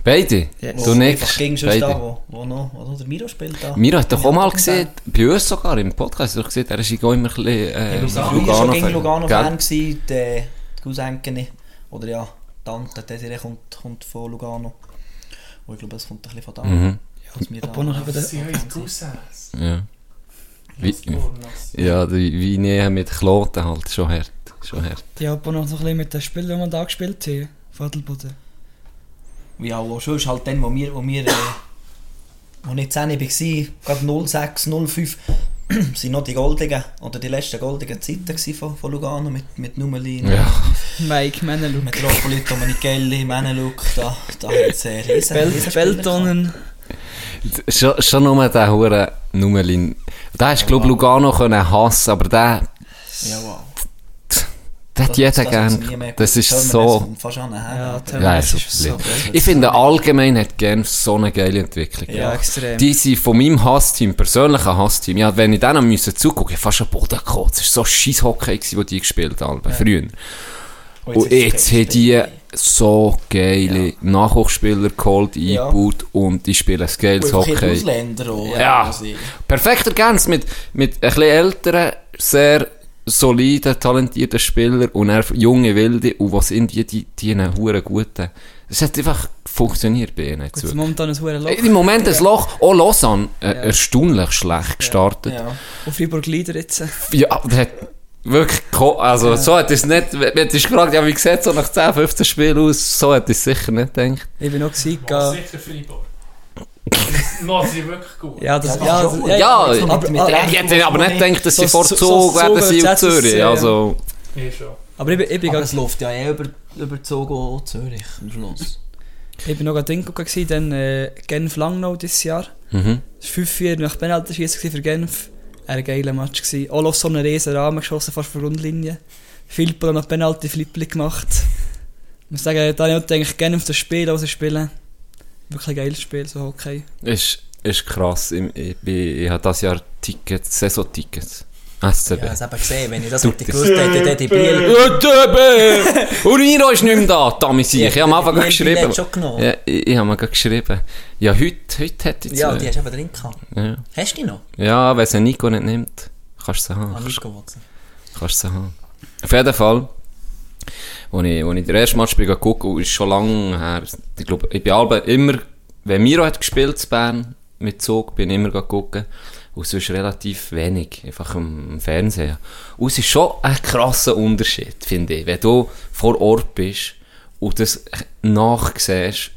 Speaker 2: Beide? Du
Speaker 1: Einfach
Speaker 2: nickst.
Speaker 1: gegen sonst da,
Speaker 2: Beide.
Speaker 1: wo, wo noch wo noch der Miro spielt. Da.
Speaker 2: Miro hat doch auch mal gesehen,
Speaker 1: Ja,
Speaker 2: bei uns sogar im Podcast, hat er gesehen, er ist auch immer ein bisschen äh,
Speaker 1: Ich war schon gegen Lugano-Fan,
Speaker 2: Gell?
Speaker 1: gewesen, der die Cousenkini. Oder ja, die Tante, der Serie kommt, kommt von Lugano. Und ich glaube, es kommt ein bisschen von da.
Speaker 2: Mhm.
Speaker 1: Dass wir da
Speaker 3: Obwohl noch eben der-
Speaker 4: Cousins.
Speaker 2: Ja. Wie, ja, die Vinie mit Kloten halt, schon hart. Schon hart.
Speaker 3: Ja, aber noch so ein bisschen mit den Spielen, die wir da gespielt haben. Von Adelboden.
Speaker 1: Ja, auch sonst halt dann, wo wir, wo wir, äh, wo ich 10 war, gerade 06, 05, sind noch die goldigen, oder die letzten goldigen Zeiten gewesen von, von Lugano mit, mit Numeli,
Speaker 2: Ja.
Speaker 3: Mike Meneluk.
Speaker 1: Metropolit, Dominichelli, Meneluk, da, da hat es äh, riesen, riesen Spieler
Speaker 3: Beltonnen.
Speaker 2: Schon, schon nur der Hure Nummerlin. Da hast du, glaube Lugano können hassen, aber der,
Speaker 1: gehabt. Ja, wow.
Speaker 2: der hat jeder
Speaker 1: muss ich nie mehr
Speaker 2: gern. Das
Speaker 1: gucken.
Speaker 2: ist
Speaker 1: Turner
Speaker 2: so.
Speaker 1: ist fast an
Speaker 3: Ja,
Speaker 1: ja,
Speaker 3: Turner
Speaker 2: Ja,
Speaker 3: das
Speaker 2: ist
Speaker 3: ist so
Speaker 2: so
Speaker 3: geil.
Speaker 2: Ich finde allgemein hat Genf so eine geile Entwicklung.
Speaker 3: Ja, extrem.
Speaker 2: Die sind von meinem Hassteam, persönlichen Hassteam, ja, wenn ich denen müssen zugucken, ich hab fast am Boden gekotzt. Es war so scheiß Hockey, gewesen, wo die gespielt haben, früher.
Speaker 1: Oh,
Speaker 2: Und jetzt haben die so geile Nachwuchsspieler geholt,
Speaker 1: Ja.
Speaker 2: eingebaut und die spielen ein geiles
Speaker 1: Hockey.
Speaker 2: Hockey.
Speaker 1: Ausländer auch.
Speaker 2: Ja.
Speaker 1: Also, ich-
Speaker 2: Perfekt ergänzt mit, mit ein bisschen älteren, sehr soliden, talentierten Spielern und dann junge Wilde und was sind die, die, die einen huren guten. Es hat einfach funktioniert bei ihnen.
Speaker 3: Jetzt momentan ein hoher Loch.
Speaker 2: Im Moment ein Loch, oh Lausanne, äh,
Speaker 3: Ja.
Speaker 2: erstaunlich schlecht gestartet.
Speaker 1: ja.
Speaker 3: Und Freiburg Lieder jetzt.
Speaker 2: Ja, der hat wirklich, ko- also so hat es nicht, wenn wenn du dich gefragt, ja, wie sieht so nach 10, 15 Spielen aus, so hat es sicher nicht gedacht.
Speaker 3: Ich bin auch gesehen. Ja,
Speaker 4: Freiburg. Noch sind wirklich gut.
Speaker 3: ja, das,
Speaker 1: Ja,
Speaker 3: ja,
Speaker 1: das ist
Speaker 3: das,
Speaker 1: schon
Speaker 3: ja,
Speaker 2: Ja,
Speaker 1: jetzt noch
Speaker 2: aber,
Speaker 3: Ah,
Speaker 1: mit- mit
Speaker 2: aber,
Speaker 1: der
Speaker 2: ich
Speaker 1: Rechnung,
Speaker 2: hätte aber nicht
Speaker 1: die-
Speaker 2: gedacht, dass
Speaker 3: so-
Speaker 2: sie vor
Speaker 3: so-
Speaker 2: Zug
Speaker 3: so-
Speaker 2: werden
Speaker 3: so
Speaker 2: sie in
Speaker 3: übersetzt ist,
Speaker 2: Zürich,
Speaker 3: ja.
Speaker 2: also
Speaker 4: Ich schon.
Speaker 3: Aber ich, bin- ich bin
Speaker 1: Aber
Speaker 3: gerade
Speaker 1: es läuft ja eh über, über Zug und Zürich am Schluss.
Speaker 3: Ich bin noch an Dingo gewesen, dann äh, Genf Langnau dieses Jahr.
Speaker 2: mhm.
Speaker 3: Es war 5-4 nach Penaltyschießen gewesen für Genf. Ein geiler Match. gewesen. Auch so einen riesen Rahmen geschossen, fast vor Grundlinie. Filippo hat noch Penalty Flippli gemacht. Ich muss sagen, da habe ich auch gedacht, Genf das Spiel ausspielen. Wirklich ein geiles Spiel, so Hockey.
Speaker 2: ist, ist krass. Ich, ich, bin, ich habe dieses Jahr Tickets, Saison-Tickets.
Speaker 1: Ja,
Speaker 2: SCB.
Speaker 1: das eben gesehen, wenn ich das
Speaker 2: Tut
Speaker 1: hätte
Speaker 2: es.
Speaker 1: gewusst hätte, dann die Biel...
Speaker 2: SCB! Und Iro ist nicht mehr da, Tommy Sieg. Ich habe am Anfang
Speaker 1: Die Biel
Speaker 2: geschrieben.
Speaker 1: hat schon genommen. Ja,
Speaker 2: Ja, ich, ich habe mir gerade geschrieben. Ja, heute, heute hätte ich
Speaker 1: die
Speaker 2: zwei.
Speaker 1: hast du eben drin gehabt.
Speaker 2: Ja,
Speaker 1: Hast du die noch?
Speaker 2: ja wenn sie Nico nicht nimmt, kannst du sie haben.
Speaker 1: Ah, nicht gewusst.
Speaker 2: Kannst du sie haben. Auf jeden Fall, als ich, als ich den ersten Match bin gegangen gucken und ist schon lange her. Ich glaube, ich bin alle, immer, wenn Miro hat gespielt zu Bern mit Zug, bin ich immer gegangen gucken. Und sonst relativ wenig, einfach im, im Fernsehen. Und es ist schon ein krasser Unterschied, finde ich. Wenn du vor Ort bist und das nachsiehst,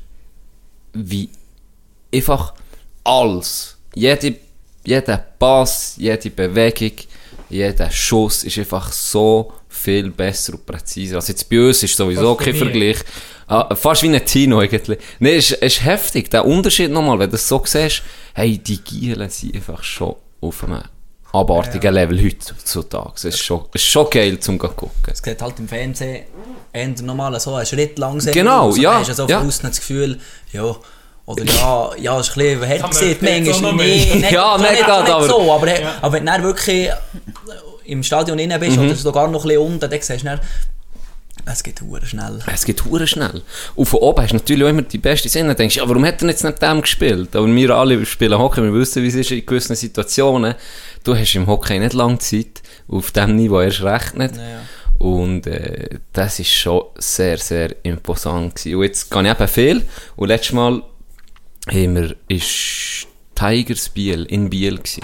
Speaker 2: wie einfach alles, jede, jeder Pass, jede Bewegung, jeder Schuss ist einfach so viel besser und präziser. Also jetzt bei uns ist sowieso
Speaker 4: Fast
Speaker 2: kein
Speaker 4: wie
Speaker 2: Vergleich. Ah, fast wie ein Tino eigentlich. Nein, es ist, es ist heftig, der Unterschied nochmal, wenn du es so siehst, hey, die Gielen sind einfach schon auf einem abartigen Level heutzutage. Es ist schon, es ist schon geil zum zu gucken.
Speaker 1: Es sieht halt im Fernsehen eher normal so einen Schritt langsam
Speaker 2: Genau,
Speaker 1: aus. Und
Speaker 2: ja,
Speaker 1: Dann hast du so
Speaker 2: ja.
Speaker 1: von außen das Gefühl, ja, oder ja, ja, es ist ein bisschen hart gesehen,
Speaker 4: man jetzt auch
Speaker 1: manchmal.
Speaker 4: noch
Speaker 1: Nee,
Speaker 4: mehr.
Speaker 1: nicht,
Speaker 2: Ja,
Speaker 1: so
Speaker 2: nicht gerade, aber-
Speaker 1: so, aber, aber wenn du dann wirklich im Stadion innen bist
Speaker 2: Mhm.
Speaker 1: oder sogar noch ein bisschen unten, dann siehst du dann, es geht hure schnell.
Speaker 2: Es geht hure schnell. Und von oben hast du natürlich auch immer die beste Sinne. Du denkst, ja, warum hat er jetzt nicht dem gespielt? Aber wir alle spielen Hockey, wir wissen, wie es ist in gewissen Situationen. Du hast im Hockey nicht lange Zeit. Auf diesem Niveau erst recht nicht. Und äh, das ist schon sehr, sehr imposant gewesen. Und jetzt gehe ich eben viel. Und letztes Mal haben wir, ist Tigers Biel in Biel gewesen.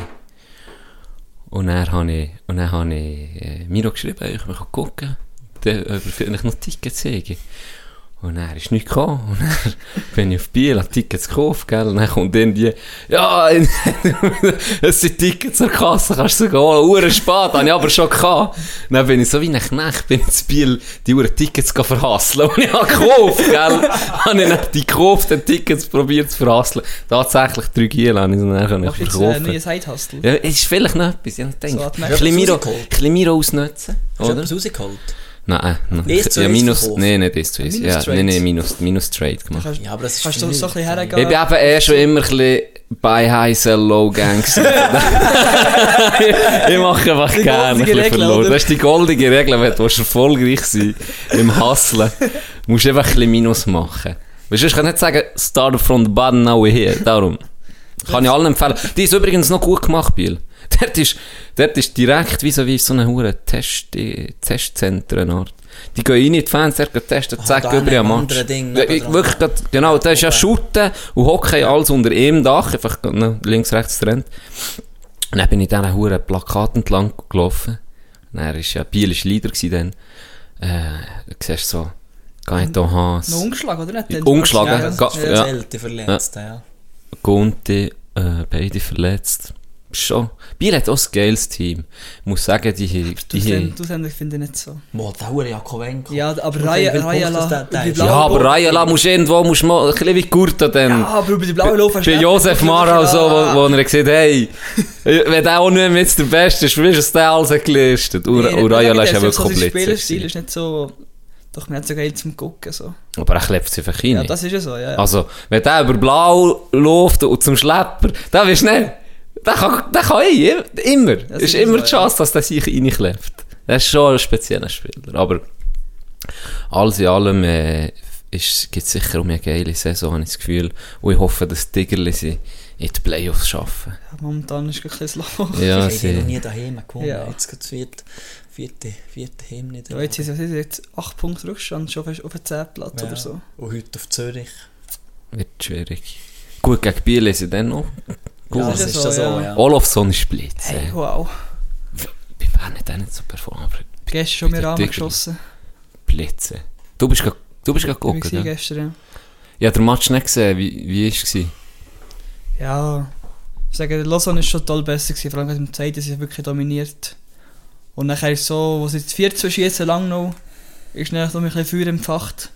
Speaker 2: Und dann habe ich, und dann habe ich äh, Miro geschrieben, ich kann gucken, dann, ob er vielleicht noch Tickets haben. Und er ist nicht gekommen. Und dann bin ich auf Biel, habe Tickets gekauft, gell. Und dann kommt irgendwie, ja, es sind Tickets an der Kasse, kannst du sie holen. Uhren spät, habe ich aber schon gehabt. Und dann bin ich so wie ein Knecht, bin ich zu Biel die Uhren Tickets go verhasseln. Und ich habe gekauft, gell. habe ich dann die gekauften Tickets probiert zu verhasseln. Tatsächlich drei Giel habe ich sie dann können
Speaker 3: Machst du jetzt äh, ein
Speaker 2: verkaufen.
Speaker 3: neues Heidhustle?
Speaker 2: Ja, es ist vielleicht noch etwas, ich denke.
Speaker 3: So hat man
Speaker 2: ein bisschen
Speaker 1: etwas
Speaker 2: Miro, ein
Speaker 1: rausgeholt.
Speaker 2: bisschen Miro ausnutzen,
Speaker 1: Hast du
Speaker 2: oder?
Speaker 1: etwas rausgeholt?
Speaker 2: Nein, nein.
Speaker 1: Ist zu
Speaker 2: Nou, eh,
Speaker 1: Ace
Speaker 2: ja, minus,
Speaker 1: verkauft.
Speaker 2: nee, nicht ist zu Ace.
Speaker 3: Minus
Speaker 2: Ja,
Speaker 3: Trade.
Speaker 2: nee, nee, minus, minus Trade gemacht.
Speaker 3: Kannst,
Speaker 1: Ja, aber das ist
Speaker 3: kannst du so ein
Speaker 1: schwierig.
Speaker 3: bisschen hergehen?
Speaker 2: Ich bin eben eh schon immer ein bisschen bei High Sell Low Gang gewesen. Ich mache einfach
Speaker 3: Die
Speaker 2: gerne ein
Speaker 3: goldige
Speaker 2: bisschen
Speaker 3: Regel,
Speaker 2: verloren.
Speaker 3: oder?
Speaker 2: Das ist die goldige Regel, wenn du willst erfolgreich sein im Hustlen musst du einfach ein bisschen Minus machen. Weißt du, ich kann nicht sagen, start from the bottom, now we're here. Darum. Kann ich allen empfehlen. Die ist übrigens noch gut gemacht, Biel. Dort ist, dort ist direkt wie so wie so eine hure Test, die- Testzentren Art. Die gehen rein in die Fans, dort gehen testen,
Speaker 1: Ah,
Speaker 2: zack,
Speaker 1: da
Speaker 2: über
Speaker 1: neben
Speaker 2: am Match.
Speaker 1: anderen Ding
Speaker 2: Ja,
Speaker 1: neben
Speaker 2: ich-
Speaker 1: dran.
Speaker 2: wirklich, grad- genau, da ist ja Schutten und Hockey, alles unter ihm Dach, einfach ne, links, rechts trennt. Und dann bin ich diesen huren Plakat entlang gelaufen. Und er ist ja, Biel war Leader gewesen dann. Äh, du siehst so, Gaetan Haas,
Speaker 3: Noch umgeschlagen, oder? Hat der-
Speaker 2: Umgeschlagen,
Speaker 3: Ja,
Speaker 2: Ga-
Speaker 3: ja.
Speaker 2: ja.
Speaker 1: Zelte verletzt, ja.
Speaker 2: Gunti, äh, beide verletzt. Schon. Biel hat auch ein geiles Team. Ich muss sagen, die, die,
Speaker 3: Du
Speaker 2: die
Speaker 3: sendest finde ich nicht
Speaker 2: Ähm,
Speaker 3: so.
Speaker 1: Boah, der Hure Jakovenko.
Speaker 3: Ja, aber
Speaker 1: Und
Speaker 3: Raya-
Speaker 1: wie viele
Speaker 3: Raya
Speaker 1: Punkte
Speaker 3: La-
Speaker 1: das der- der
Speaker 3: die
Speaker 1: ist?
Speaker 2: ja,
Speaker 3: Blau-
Speaker 2: aber Rayala musst du irgendwo, musst du mal ein bisschen wie Gurta dann.
Speaker 3: Ja, aber über die blaue Lauf hast
Speaker 2: Bei Josef Mara so, wo, wo er gesagt hey, wenn der auch nicht mehr jetzt der Beste ist, wie ist es der alles gelistet? Und
Speaker 3: Nee,
Speaker 2: und Rayala ist
Speaker 3: der
Speaker 2: ja
Speaker 3: so sein
Speaker 2: wirklich
Speaker 3: Spielerstil
Speaker 2: blitzig.
Speaker 3: ist nicht so... Doch, mir hat so geil zum gucken, so.
Speaker 2: Aber er klebt sie einfach rein.
Speaker 3: Ja, eh, das ist ja so, ja. ja.
Speaker 2: Also, wenn der über Blau läuft und zum Schlepper, dann wirst du nicht. Der kann, der kann eh, immer. Es ist
Speaker 3: ist
Speaker 2: immer
Speaker 3: so,
Speaker 2: die Chance, dass der sich reinklebt. Das ist schon ein spezieller Spieler. Aber alles in allem äh, ist- gibt es sicher um eine geile Saison, habe ich das Gefühl. Und ich hoffe, dass die Tigerli sie in die Playoffs schaffen.
Speaker 3: Ja, Momentan ist es ein bisschen Loch.
Speaker 2: Also- Ja,
Speaker 1: ich habe noch
Speaker 2: sie.
Speaker 1: nie daheim gewonnen.
Speaker 3: Ja.
Speaker 1: Jetzt geht es vierte, vierte, vierte Heim nicht.
Speaker 3: Ja, jetzt sind sie jetzt 8 Punkte Rückstand, schon fast auf den 10. Platz
Speaker 1: Ja.
Speaker 3: oder so.
Speaker 1: Und Oh, heute auf Zürich.
Speaker 2: Wird schwierig. Gut, gegen Biel ist sie dann noch. Gut.
Speaker 1: Ja, das ist ja so, ja.
Speaker 2: Oh. Olofsson ist Blitz.
Speaker 3: Hey,
Speaker 2: Hey.
Speaker 3: wow.
Speaker 2: Bei Bern hat er nicht so performt. aber
Speaker 3: Gestern schon
Speaker 2: Bitte,
Speaker 3: mir Rahmen
Speaker 2: Digga.
Speaker 3: geschossen.
Speaker 2: Blitze. Du bist grad- du bist gerade
Speaker 3: Okay, ich
Speaker 2: geguckt,
Speaker 3: war
Speaker 2: ja?
Speaker 3: gestern,
Speaker 2: Ja, der Match nicht gesehen, wie, wie ist es? gewesen?
Speaker 3: ja. Ja, ich sage, Lausanne ist schon toll besser gewesen, vor allem im zweiten, sie haben wirklich dominiert. Und nachher ist so, wo sie jetzt 14 schießen, lang noch, ist dann noch ein bisschen Feuer empfacht.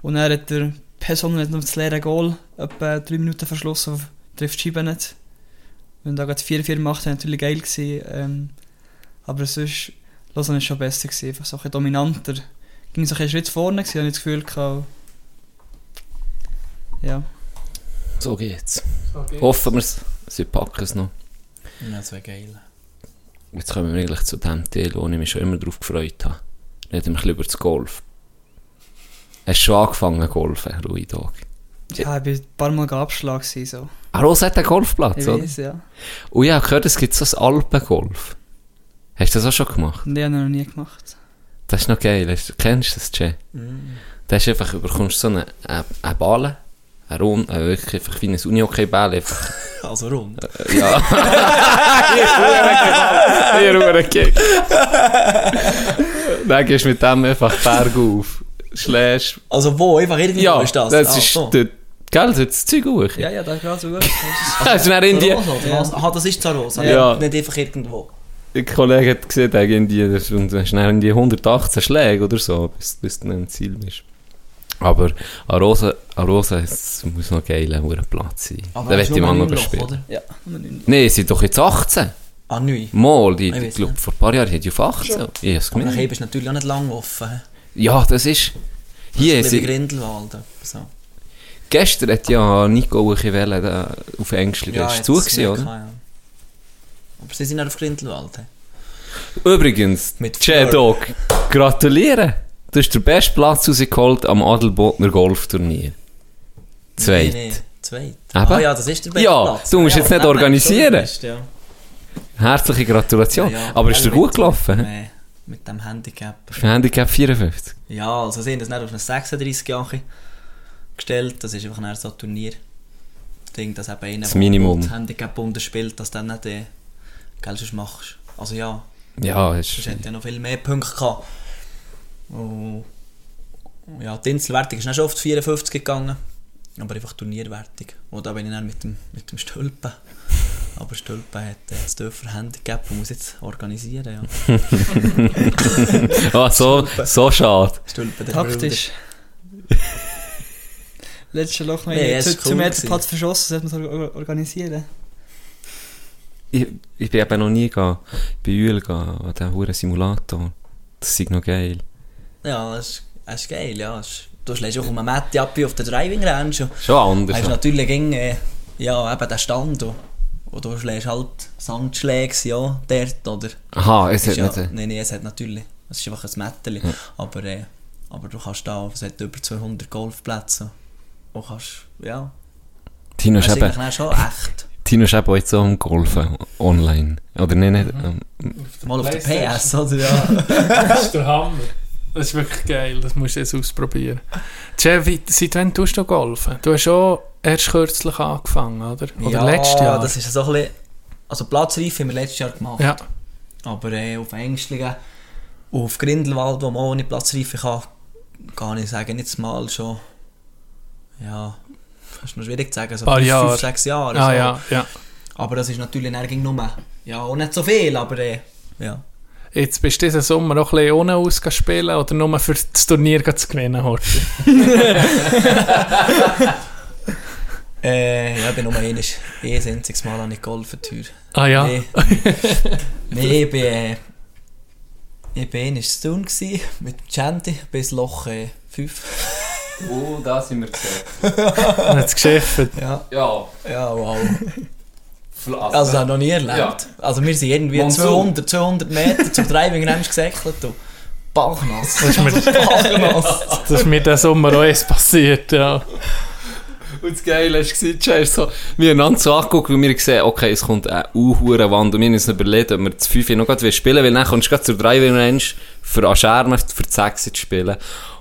Speaker 3: Und dann hat der Person hat noch das leere Goal, etwa 3 Minuten verschlossen, trifft die Scheibe nicht. Wenn da gerade 4-4 macht, wäre natürlich geil gewesen. Ähm, aber sonst, Lausanne ist schon besser gewesen, einfach so ein bisschen dominanter. Ging so ein bisschen Schritt vorne, gewesen, habe ich das Gefühl gehabt. Ja.
Speaker 2: So geht's. Hoffen wir es. Sie packen es noch.
Speaker 1: Ja, das wäre geil.
Speaker 2: Jetzt kommen wir eigentlich zu dem Teil, wo ich mich schon immer drauf gefreut habe. Reden wir ein bisschen über das Golf. Hast du schon angefangen golfen, Rui Dog?
Speaker 3: Ja, ich bin ein paar Mal abgeschlagen. gewesen, So.
Speaker 2: Aros hat einen
Speaker 3: Ich
Speaker 2: Golfplatz, oder?
Speaker 3: weiß, ja.
Speaker 2: Und ich habe gehört, es gibt so ein Alpengolf. Hast du das auch schon gemacht?
Speaker 3: Und die habe ich noch nie gemacht.
Speaker 2: Das ist noch geil. Hast du- Kennst du das, Che?
Speaker 1: Mm.
Speaker 2: Da hast du einfach, überkommst so einen, einen, einen Ball, einen Rund, äh, wirklich einfach wie ein Uni-Hockey-Ball, einfach
Speaker 1: Also rund.
Speaker 2: Ja. Ihr Uhrenkick. Dann gehst du mit dem einfach bergauf. Schlägst.
Speaker 1: Also wo? Einfach irgendwo
Speaker 2: Ja,
Speaker 1: ist das.
Speaker 2: das
Speaker 1: Ah,
Speaker 2: ist
Speaker 1: so.
Speaker 2: der, gell, das ist das Zeug hoch.
Speaker 3: Ja, ja, da gerade so gut.
Speaker 2: Hast du dann in die,
Speaker 1: Zarosa, oder
Speaker 3: Ja.
Speaker 1: was? Aha, das ist Zarosa.
Speaker 2: Ja.
Speaker 1: Ja. Nicht einfach irgendwo.
Speaker 2: der Kollege hat gesehen, der in die, das- und du hast dann in die 118 Schläge oder so, bis, bis du dann im Ziel bist. Aber an Rosa, an Rosa es muss noch geil ein hoher Platz sein. Da
Speaker 1: er
Speaker 2: will
Speaker 1: ist
Speaker 2: ich
Speaker 1: nur
Speaker 2: mal
Speaker 1: ein
Speaker 2: noch
Speaker 1: Neuloch,
Speaker 2: spielen.
Speaker 1: oder?
Speaker 3: ja, Nummer 9.
Speaker 2: Nein, sie sind doch jetzt 18.
Speaker 1: Ah, neu.
Speaker 2: Mal, die,
Speaker 1: Ich
Speaker 2: die,
Speaker 1: weiß
Speaker 2: glaub,
Speaker 1: nicht.
Speaker 2: vor ein paar Jahren hat die auf 18. Ich hab's
Speaker 1: Aber
Speaker 2: gemerkt.
Speaker 1: Nachher bist du natürlich auch nicht lang offen.
Speaker 2: Ja, das ist. Hier,
Speaker 1: das ist ein bisschen
Speaker 2: sie,
Speaker 1: Grindelwald. etwa So.
Speaker 2: gestern hat ja Nico Uchi wollen, da auf Ängstlich. Ja, ist
Speaker 1: jetzt
Speaker 2: zu
Speaker 1: ist es
Speaker 2: gewesen,
Speaker 1: nicht
Speaker 2: oder?
Speaker 1: gehabt, ja. Aber sie sind auch auf Grindelwald. hä?
Speaker 2: Übrigens,
Speaker 1: Mit
Speaker 2: Che
Speaker 1: Fleur.
Speaker 2: Dog, gratuliere! Du hast den besten Platz rausgeholt am Adelbodner Golfturnier. Zweit.
Speaker 1: Nee, nee, Zweit.
Speaker 2: Eben.
Speaker 1: Ah ja, das ist der beste
Speaker 2: Ja,
Speaker 1: Platz.
Speaker 2: du musst jetzt nicht
Speaker 1: nein, nein,
Speaker 2: organisieren.
Speaker 1: so der Beste, ja.
Speaker 2: Herzliche Gratulation.
Speaker 1: Ja, ja.
Speaker 2: Aber ist dir
Speaker 1: Alle
Speaker 2: gut
Speaker 1: mit-
Speaker 2: gelaufen?
Speaker 1: Nee, mit dem Handicap.
Speaker 2: Für Handicap 54.
Speaker 1: Ja, also sie haben das nicht auf eine 36 Jahre gestellt. Das ist einfach dann so ein Turnier. Ich denke, dass eben einer,
Speaker 2: Das Minimum.
Speaker 1: der das Handicap unterspielt, dass dann nicht äh, Geld sonst machst. Also ja,
Speaker 2: Ja, ist.
Speaker 1: sonst hätte ja noch viel mehr Punkte gehabt. Und, ja, die Inselwertung ist dann schon auf die 54 gegangen. Aber einfach Turnierwertung. Und da bin ich dann mit dem, mit dem Stülpen. Aber Stülpen hat äh, das Dörfer Handicap und muss jetzt organisieren. Ja.
Speaker 2: Ah, so, so schade.
Speaker 1: Stülpen der
Speaker 3: Taktisch. Letztes Loch
Speaker 1: Nee,
Speaker 3: noch nee,
Speaker 1: es
Speaker 3: zu,
Speaker 1: ist
Speaker 3: zum
Speaker 1: cool
Speaker 3: ersten
Speaker 1: gewesen.
Speaker 3: Platz verschossen, sollte man es or- organisieren.
Speaker 2: Ich, ich bin eben noch nie gegangen. Bei Jül gegangen, an diesem Huren Simulator. Das ist noch geil.
Speaker 1: Ja, das ist, das ist geil, ja. Das ist, du schlägst auch um einen Matti ab auf der Driving Range. und
Speaker 2: Schon
Speaker 1: Da
Speaker 2: anders.
Speaker 1: ist
Speaker 2: Dus ja.
Speaker 1: natürlich ging, äh, ja, eben der Stand. Und, und du schlägst halt Sandschläge, ja, dort, oder?
Speaker 2: Aha, es
Speaker 1: Ist
Speaker 2: hat
Speaker 1: Dus ja,
Speaker 2: nicht...
Speaker 1: Nein, nein, es hat natürlich. Es ist einfach ein Mätteli. Aber, äh, aber du kannst da, es hat über 200 Golfplätze. Und kannst, ja.
Speaker 2: Tino
Speaker 1: Das
Speaker 2: ist
Speaker 1: ist
Speaker 2: eben...
Speaker 1: eigentlich dann schon echt.
Speaker 2: Tino ist eben auch jetzt so am Golfen, online. Oder nicht? nicht ähm,
Speaker 1: Mal auf der PS, oder? Ja.
Speaker 4: Das ist der Hammer. Das ist wirklich geil, das musst du jetzt ausprobieren. Tja, wie, seit wann tust du golfen? Du hast schon erst kürzlich angefangen, oder? Oder
Speaker 1: ja,
Speaker 4: letztes Jahr?
Speaker 1: das ist so ein bisschen... Also Platzreife haben wir letztes Jahr gemacht.
Speaker 4: ja,
Speaker 1: Aber äh, auf Ängstlingen und auf Grindelwald, wo man ohne Platzreife kann, kann ich sagen, jetzt mal schon... Ja... Das ist noch schwierig zu sagen, so
Speaker 4: Paar
Speaker 1: fünf,
Speaker 4: Jahre.
Speaker 1: fünf, sechs Jahre.
Speaker 4: ah
Speaker 1: so.
Speaker 4: ja, ja.
Speaker 1: Aber das ist natürlich dann ging nur... Ja, auch nicht so viel, aber... Äh, ja.
Speaker 4: Jetzt bist du diesen Sommer noch ein bisschen ohne ausgespielt oder nur für das Turnier zu gewinnen, Horti?
Speaker 1: Äh, ja, ich bin nur einmal, ein einziges Mal habe ich geholfen.
Speaker 4: Ah ja,
Speaker 1: Nee. nee, ich bin. Äh, ich bin in Stun gsi mit dem Chanti bis Loch äh, 5.
Speaker 2: Oh, da sind wir gesehen.
Speaker 4: hat es geschafft.
Speaker 1: ja,
Speaker 2: Ja,
Speaker 1: ja, wow.
Speaker 2: Flas.
Speaker 1: Also, das habe ich noch nie erlebt.
Speaker 2: Ja.
Speaker 1: Also, wir sind irgendwie
Speaker 2: Monsun.
Speaker 1: 200, 200 Meter zum Driving Range gesäckelt. du. Bachnass.
Speaker 4: Das ist mir,
Speaker 1: Bachnass.
Speaker 4: das ist mir diesen Sommer auch erst passiert, ja.
Speaker 2: Und das Geile ist, gewesen, Jay, ist so, wir haben uns so angeguckt und wir gesehen, okay, es kommt eine unhure Wand und wir haben uns überlegt, ob wir das 5 noch gerade spielen wollen, weil dann kommst du gerade zur 3 Range für an Schermen, für die 6 zu spielen.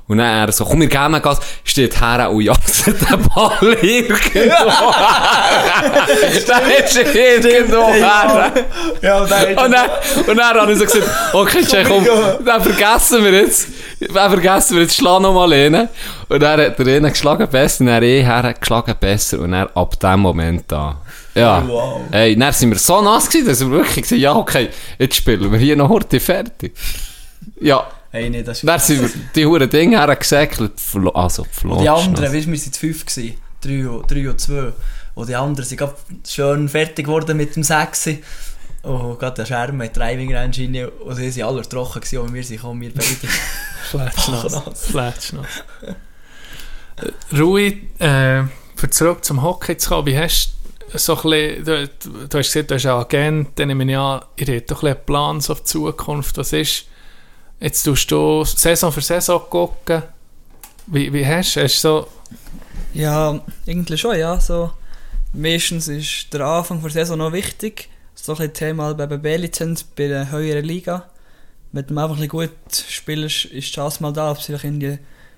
Speaker 2: Und dann er so, komm, wir geben Gas, steht her und japset den Ball irgendwo her. Steht irgendwo her.
Speaker 1: ja, nein.
Speaker 2: Und dann, und dann habe ich so gesagt, okay, Jay, komm, dann vergessen wir jetzt, dann vergessen wir jetzt, schlag noch mal einen. Und dann hat er einen geschlagen besser, und dann ich her geschlagen besser, und dann ab dem Moment an. Ja.
Speaker 1: Wow.
Speaker 2: Ey, dann sind wir so nass gewesen, dass wir wirklich gesagt haben, ja, okay, jetzt spielen wir hier noch Horti fertig. Ja.
Speaker 1: Hey, nee, das ist
Speaker 2: Dann sind wir die huren Dinge hergesäckelt, Flo- also
Speaker 1: Und die
Speaker 2: Flotsch.
Speaker 1: anderen, weißt du, wir waren zu fünf, gewesen, drei, und- drei und zwei. Und die anderen sind grad schön fertig geworden mit dem Sechsi. Und gerade der Scherm mit Driving Range rein. Und sie waren alle trocken, gewesen, und wir sind gekommen, wir beide.
Speaker 4: Fletschnass.
Speaker 1: Bachnass.
Speaker 4: Fletschnass. Äh, Rui, äh, für zurück zum Hockey zu kommen, wie hast du so ein bisschen, du, du- du hast gesagt, du hast einen Agent, dann nehme ich an, ihr habt doch ein bisschen einen Plan so auf die Zukunft, was ist, jetzt tust du Saison für Saison gucken, wie, wie hast du, hast du so,
Speaker 3: Ja, irgendwie schon, ja. So, meistens ist der Anfang der Saison noch wichtig. So ein bisschen Thema bei B-Lizenz bei der höheren Liga. Wenn du einfach ein bisschen gut spielst, ist die Chance mal da. Aber vielleicht in die,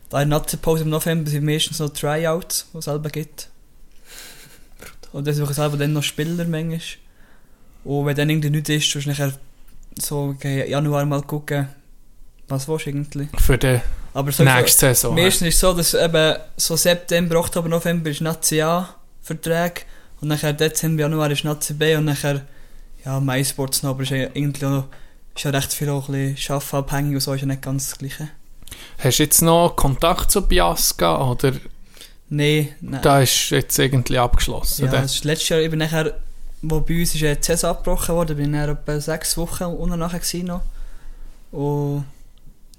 Speaker 3: da in der Nazi-Pause im November sind meistens noch Tryouts, die es selber gibt. Und das ich selber dann noch Spieler manchmal. Und wenn dann irgendwie nichts ist, tust du nachher so gegen Januar mal gucken, was willst du eigentlich.
Speaker 4: für die
Speaker 3: Aber so
Speaker 4: nächste Saison? hä?
Speaker 3: Meistens ist es so, dass eben so September, Oktober, November ist Nazi A Verträge und nachher Dezember, Januar ist Nazi B und nachher ja, MySports noch, aber ist ja irgendwie auch noch, ist ja recht viel auch ein bisschen arbeitsabhängig und so ist ja nicht ganz das Gleiche.
Speaker 4: Hast du jetzt noch Kontakt zu Biasca oder
Speaker 3: Nein, nein.
Speaker 4: da ist jetzt irgendwie abgeschlossen?
Speaker 3: ja,
Speaker 4: der-
Speaker 3: das ist letztes Jahr eben nachher, wo bei uns ist ja die Saison abgebrochen worden, bin ich dann etwa sechs Wochen unten nachher gewesen noch. Und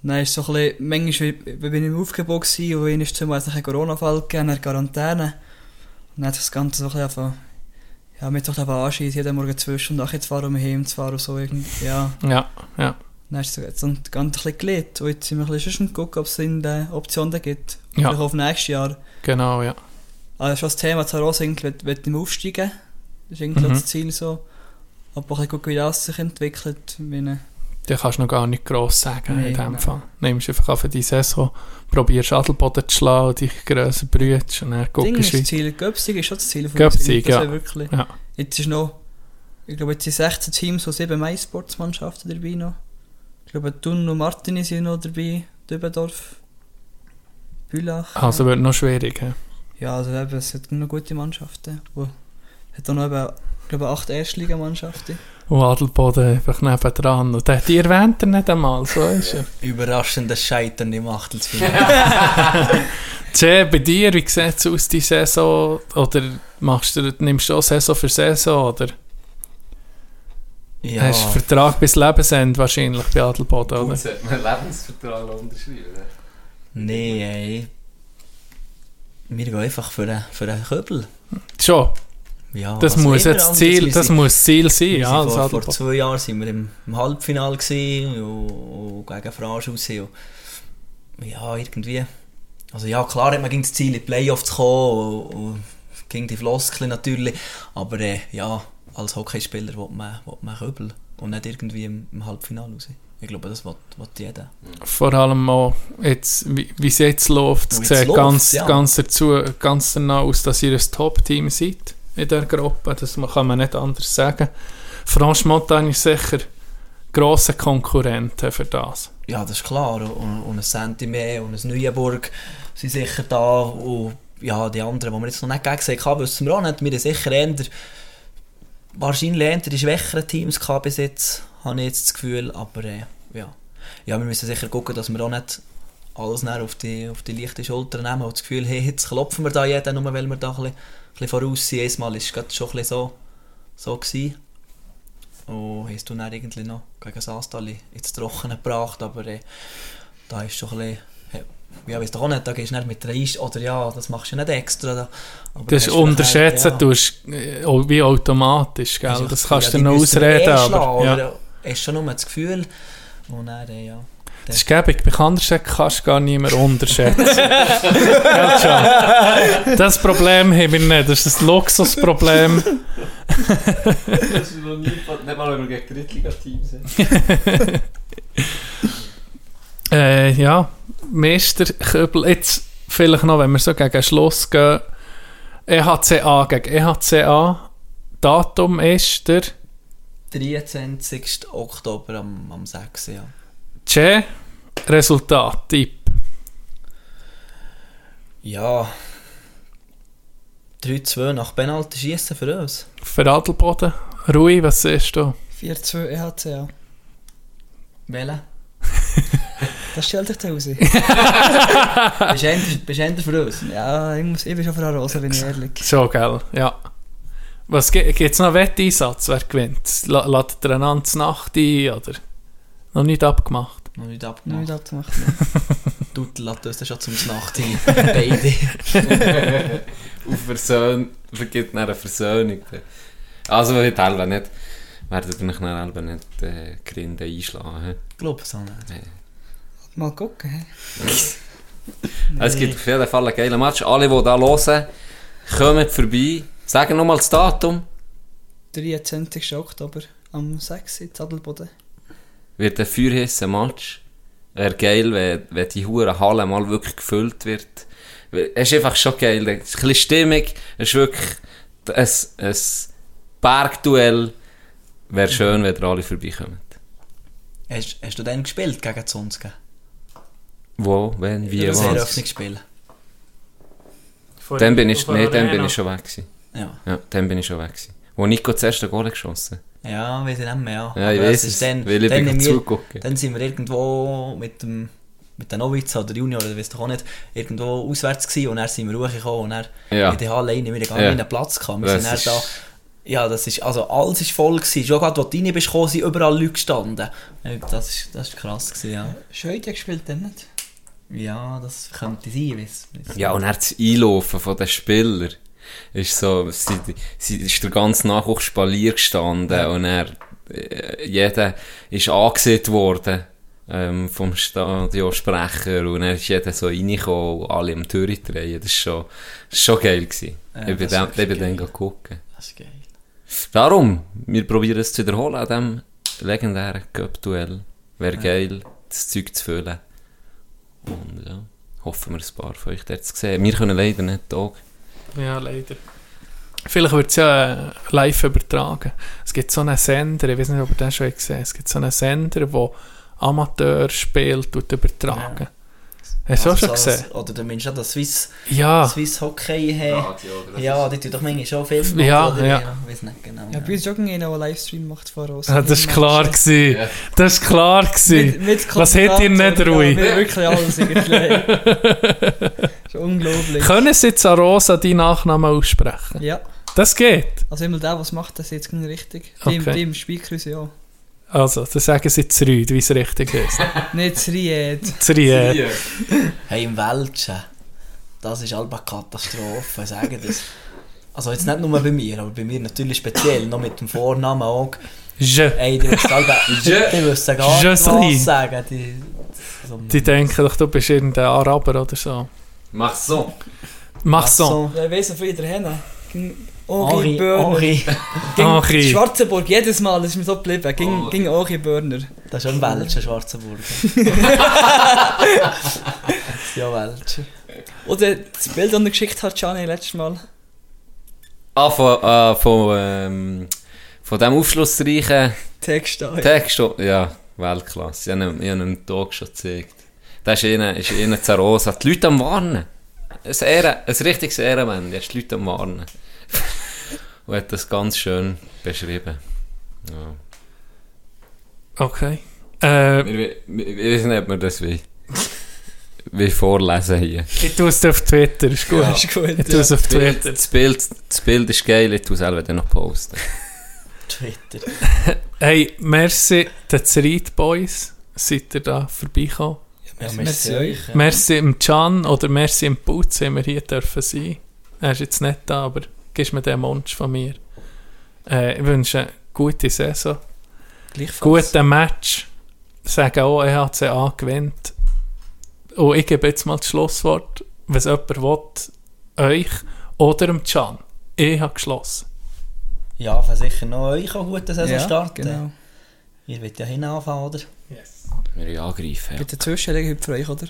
Speaker 3: dann ist so ein bisschen, manchmal bin ich im Aufgebot gewesen und dann ist zum Beispiel ein Corona-Fall gegeben, dann Quarantäne. Und dann hat sich das Ganze so ein bisschen angefangen- ja, mir doch einfach anschießen, jeden Morgen zwei Stunden nachher zu fahren, um heim zu fahren und so irgendwie, ja.
Speaker 4: ja, ja,
Speaker 3: Dann ist es so ein ganz bisschen gelegt und jetzt sind wir ein bisschen sonst am gucken, ob es eine Option da gibt.
Speaker 4: Ja.
Speaker 3: Vielleicht auf nächstes Jahr.
Speaker 4: genau, ja.
Speaker 3: Also schon das Thema Zaros irgendwie will- will nicht mehr aufsteigen. Das ist irgendwie
Speaker 4: Mhm.
Speaker 3: das Ziel so. Aber ein bisschen gucken, wie das sich entwickelt. Wie ne-
Speaker 4: Da kannst du noch gar nicht gross sagen
Speaker 3: Nein,
Speaker 4: in dem
Speaker 3: nein.
Speaker 4: Fall. Nimmst einfach an für die Saison, probierst Adelboden zu schlagen und dich grösser brütest und dann
Speaker 3: Ding ist
Speaker 4: guckst du
Speaker 3: das
Speaker 4: wie...
Speaker 3: Ziel. Göpsig ist schon das Ziel von
Speaker 4: Göpsig,
Speaker 3: das
Speaker 4: ja.
Speaker 3: wirklich.
Speaker 4: Ja.
Speaker 3: Jetzt ist noch, ich glaube, jetzt sind 16 Teams, so 7 Mannschaften dabei noch. Ich glaube, Thun und Martini sind noch dabei, Dübendorf, Bülach.
Speaker 4: Also wird noch schwierig. hä?
Speaker 3: Ja, also eben, es hat noch gute Mannschaften. Und hat auch noch eben, ich glaube, 8 Erstligamannschaften.
Speaker 4: Und Adelboden einfach nebendran. Und der, die erwähnt er nicht einmal, so ist er.
Speaker 1: Überraschendes Scheitern im Achtelfinale.
Speaker 4: Tja, bei dir, wie sieht es aus, die Saison? Oder machst du, nimmst du auch Saison für Saison, oder?
Speaker 1: Ja.
Speaker 4: Hast du Vertrag bis Lebensende wahrscheinlich bei Adelboden, oder?
Speaker 2: sollte man Lebensvertrag unterschreiben.
Speaker 1: Nee, ey. Wir gehen einfach für den, für den Köbel.
Speaker 4: Schon,
Speaker 1: Ja,
Speaker 4: das
Speaker 1: was
Speaker 4: muss
Speaker 1: Also immer
Speaker 4: jetzt
Speaker 1: anderes.
Speaker 4: Ziel,
Speaker 1: Wir
Speaker 4: das
Speaker 1: sind-
Speaker 4: muss das Ziel sein,
Speaker 1: wir
Speaker 4: ja,
Speaker 1: sind
Speaker 4: als
Speaker 1: vor, vor
Speaker 4: Adelboden.
Speaker 1: zwei Jahren sind wir im, im Halbfinale gewesen und, und gegen Franche raus. Und, ja, irgendwie. Also ja, klar hat man gegen das Ziel, in die Playoffs zu kommen und, und gegen die Floskeln natürlich. Aber äh, ja, als Hockeyspieler will man, will man Köbel und nicht irgendwie im, im Halbfinale raus. Ich glaube, das will, will jeder.
Speaker 4: Vor allem auch, jetzt, wie wie es jetzt läuft,
Speaker 1: Wie es
Speaker 4: sieht
Speaker 1: läuft,
Speaker 4: ganz,
Speaker 1: ja.
Speaker 4: ganz, dazu, ganz danach aus, dass ihr ein Top-Team seid in dieser Gruppe. Das ma- kann man nicht anders sagen. Franche Montagne ist sicher grosser Konkurrent äh, für das.
Speaker 1: Ja, das ist klar. Und, und ein Sentimet und ein Neuenburg sind sicher da. Und ja, die anderen, die wir jetzt noch nicht gesehen haben, wissen wir auch nicht. Wir haben sicher eher, wahrscheinlich eher die schwächeren Teams gehabt bis jetzt, habe ich jetzt das Gefühl. Aber äh, ja. ja, wir müssen sicher gucken, dass wir auch nicht alles näher auf die, auf die leichte Schulter nehmen und das Gefühl hey, jetzt klopfen wir da jeden, nur weil wir da ein bisschen, ein bisschen voraus sind. Einmal war es gerade schon ein bisschen so, so gewesen. Und hast du dann irgendwie noch gegen Sastali ins Trockene gebracht, aber äh, da ist schon ein bisschen, hey, ja, weiss doch auch nicht, da gehst du nicht mit rein, oder ja, das machst du ja nicht extra. Da, aber
Speaker 4: Das
Speaker 1: hast
Speaker 4: ist
Speaker 1: du vielleicht-
Speaker 4: unterschätzen,
Speaker 1: ja.
Speaker 4: du hast, äh, auch wie automatisch,
Speaker 1: Ist
Speaker 4: gell?
Speaker 1: ja-
Speaker 4: Das kannst
Speaker 1: ja,
Speaker 4: du dir
Speaker 1: die
Speaker 4: noch
Speaker 1: müssen
Speaker 4: ausreden,
Speaker 1: einschlagen,
Speaker 4: aber... Ja.
Speaker 1: oder Hast schon nur das Gefühl. Und dann, äh, ja.
Speaker 4: Das ist gäbig. Bei Kandersteg kannst du gar niemanden unterschätzen. Gell, John? das Problem haben wir nicht. Das ist ein Luxusproblem.
Speaker 2: Das ist noch nie, nicht mal, wenn wir gegen Drittliga-Teams sind.
Speaker 4: Äh, ja, Meisterköbel. Jetzt vielleicht noch, wenn wir so gegen Schluss gehen. EHCA gegen EHCA. Datum ist der
Speaker 1: 23. Oktober am, am 6. Ja.
Speaker 4: Che. Resultat, Tipp.
Speaker 1: ja. 3-2 nach Penalty schießen für uns.
Speaker 4: Für Adelboden. Rui, was siehst du?
Speaker 3: 4-2 EHCA.
Speaker 1: Wählen.
Speaker 3: Das stellt dich da raus.
Speaker 1: Bist du eher- bist du eher für uns?
Speaker 3: ja, ich, muss, ich bin schon für eine Rose, bin ich ehrlich.
Speaker 4: So, gell? Ja. Was gibt es noch Wetteinsatz? Wer gewinnt? La- Ladet ihr einander zur Nacht ein? Oder? Noch nicht abgemacht.
Speaker 1: Noch nicht abgemacht.
Speaker 3: Nicht abzumachen.
Speaker 1: Tuttel hat uns dann schon zum Nacht hin. Beide.
Speaker 2: Auf Versöhnung, vergibt eine Versöhnung. Also, nicht halb nicht. Werdet ihr euch dann halb nicht äh, Grinde einschlagen.
Speaker 1: Ich glaube es auch nicht.
Speaker 3: Mal gucken. hä?
Speaker 2: Also, Es gibt auf jeden Fall einen geilen Match. Alle, die da hören, kommen vorbei. Sagen nochmal das Datum.
Speaker 3: 23. Oktober am 6. in Adelboden.
Speaker 2: Wird ein feuerheißer Match. Wäre geil, wenn, wenn die hure Halle mal wirklich gefüllt wird. Weil Es ist einfach schon geil. Es ist ein bisschen stimmig. Es ist wirklich ein, ein Bergduell. Wäre schön, wenn ihr alle vorbeikommt.
Speaker 1: Hast, hast du dann gespielt gegen Zonske?
Speaker 2: Wo, wenn, wie,
Speaker 1: das
Speaker 2: was?
Speaker 1: Eröffnungsspiel.
Speaker 2: Dann bin ich, nee, dann bin ich schon weg gewesen.
Speaker 1: Ja.
Speaker 2: Ja, dann bin ich schon weg gewesen. Wo Nico das erste Goal geschossen
Speaker 1: Ja, weiß ich nicht mehr.
Speaker 2: Ja, ich
Speaker 1: Aber
Speaker 2: weiß
Speaker 1: das ist
Speaker 2: es,
Speaker 1: Dann,
Speaker 2: weil ich
Speaker 1: dann
Speaker 2: bin
Speaker 1: haben wir-
Speaker 2: zugucken.
Speaker 1: Dann sind wir irgendwo mit dem mit den Novizen oder Junior oder weiss doch auch nicht, irgendwo auswärts gewesen und dann sind wir hochgekommen und dann
Speaker 2: Ja.
Speaker 1: in die Halle rein, wir haben gar
Speaker 2: Ja.
Speaker 1: keinen Platz gehabt. Wir
Speaker 2: Das
Speaker 1: sind dann
Speaker 2: ist-
Speaker 1: da, ja, das ist, also alles ist voll gewesen. Schon gerade, wo du rein bist gekommen, sind überall Leute gestanden. Äh, Das ist, das ist krass gewesen, ja.
Speaker 3: Schön, die gespielt dann nicht.
Speaker 1: Ja, das könnte sein, weiss, weiss.
Speaker 2: Ja, und dann das Einlaufen von den Spielern ist so, sie, sie ist der ganze Nachwuchs Spalier gestanden und er, äh, jeder ist angesehen worden ähm, vom Stadionsprecher und er ist jeder so reingekommen und alle am Türe drehen. Das ist schon, das ist schon geil gewesen.
Speaker 1: Ja,
Speaker 2: ich bin,
Speaker 1: das
Speaker 2: dann,
Speaker 1: ist
Speaker 2: ich bin
Speaker 1: geil.
Speaker 2: dann gegangen gucken.
Speaker 1: Das ist geil.
Speaker 2: Darum, wir probieren es zu wiederholen an diesem legendären Cup-Duell. Wäre geil, das Zeug zu füllen. Und ja, hoffen wir ein paar von euch dort zu sehen. Wir können leider nicht da.
Speaker 4: Ja, leider. Vielleicht wird es ja äh, live übertragen. Es gibt so einen Sender, ich weiß nicht, ob ihr den schon gesehen habt, es gibt so einen Sender, der Amateur spielt und übertragen. Hast du auch
Speaker 1: Also
Speaker 4: schon
Speaker 1: so
Speaker 4: gesehen? Ah.
Speaker 1: das- Oder du meinst auch das Swiss,
Speaker 4: Ja,
Speaker 1: Swiss Hockey haben. Eh, Ja, die tun doch manchmal schon Filme.
Speaker 4: Ja,
Speaker 1: oder?
Speaker 4: ja.
Speaker 1: weiss nicht genau.
Speaker 3: Ja, bei uns joggen einer, der Livestream macht von Rose.
Speaker 4: Ah, das war klar. Gewesen.
Speaker 2: Ja.
Speaker 4: Das war klar. Gewesen. Was hättet ihr nicht ruhig?
Speaker 3: Ja, wir wirklich alles irgendwie. Schon unglaublich.
Speaker 4: Können Sie jetzt an Rosa deinen Nachnamen aussprechen?
Speaker 3: Ja,
Speaker 4: Das geht.
Speaker 3: Also immer der, was macht, der sieht es genau richtig.
Speaker 4: Okay.
Speaker 3: Dem, dem Spielkreuz, ja.
Speaker 4: Also, dann sagen sie Zrüd, wie es richtig heißt.
Speaker 3: Nicht zu Ried.
Speaker 4: Zrüd.
Speaker 1: Hey, im Welschen, das ist halb eine Katastrophe, sagen das. Also jetzt nicht nur bei mir, aber bei mir natürlich speziell, noch mit dem Vornamen auch.
Speaker 4: Je.
Speaker 1: Ey, die wissen halb,
Speaker 2: Je-
Speaker 1: die wissen gar nicht,
Speaker 4: Jocelyn.
Speaker 1: was sagen. Die, also so,
Speaker 4: Die denken doch, du bist irgendein Araber oder so.
Speaker 2: Mach so.
Speaker 4: Mach so.
Speaker 3: Ja, ich weiss noch, früher dahin. ne? Ging Oh,
Speaker 1: Henri,
Speaker 3: Henri Börner.
Speaker 1: Henri.
Speaker 3: Ging
Speaker 4: Henri.
Speaker 3: Schwarzenburg, jedes Mal, das ist mir so geblieben. Ging,
Speaker 2: Oh.
Speaker 3: ging Henri Börner.
Speaker 1: Das ist auch ein Welschen, Schwarzenburg. ja, Welschen.
Speaker 3: Oder das Bild, das er geschickt hat, Gianni, letztes Mal.
Speaker 2: Ah, von, ah, von, ähm, von dem aufschlussreichen
Speaker 3: Text da.
Speaker 2: Text. oh, Ja, Weltklasse. Ich habe ihn- ich habe ihn Tag schon gezeigt. Das ist ihnen, ist ihnen zur Rosa. Die Leute am Warnen. Ein, Ehre, ein richtiges Ehrenmann. Er ist die Leute am Warnen. Und hat das ganz schön beschrieben. Ja.
Speaker 4: Okay.
Speaker 2: Wir,
Speaker 4: Äh,
Speaker 2: wir, wir wissen nicht, ob wir das wie, wie vorlesen hier.
Speaker 4: ich tue es auf Twitter, ist gut.
Speaker 3: Das ist
Speaker 4: Ich
Speaker 3: gut.
Speaker 4: tue
Speaker 3: Ja.
Speaker 4: es auf
Speaker 2: Das Bild,
Speaker 4: Twitter.
Speaker 2: das, Bild, das Bild ist geil, ich tue es selber dann noch posten.
Speaker 1: Twitter.
Speaker 4: Hey, merci den Zrüd Boys, seid ihr da vorbeigekommen.
Speaker 1: Ja,
Speaker 3: merci euch.
Speaker 1: Ja.
Speaker 4: Merci im Can oder merci im Putz, haben wir hier dürfen sein. Er ist jetzt nicht da, aber gibst mir den Wunsch von mir. Äh, ich wünsche eine gute Saison.
Speaker 3: Gleichfalls.
Speaker 4: Guten Match. Sagen auch, EHCA gewinnt. Und ich gebe jetzt mal das Schlusswort, wenn es jemand will, euch oder dem Can. Ich habe geschlossen.
Speaker 1: Ja, versichern noch euch einen guten
Speaker 3: Ja,
Speaker 1: Saisonstart.
Speaker 3: Genau.
Speaker 1: Ihr wollt ja hinanfangen, oder?
Speaker 2: Wir wollen angreifen. Ja.
Speaker 3: Mit der Zwischenlegung heute für euch, oder?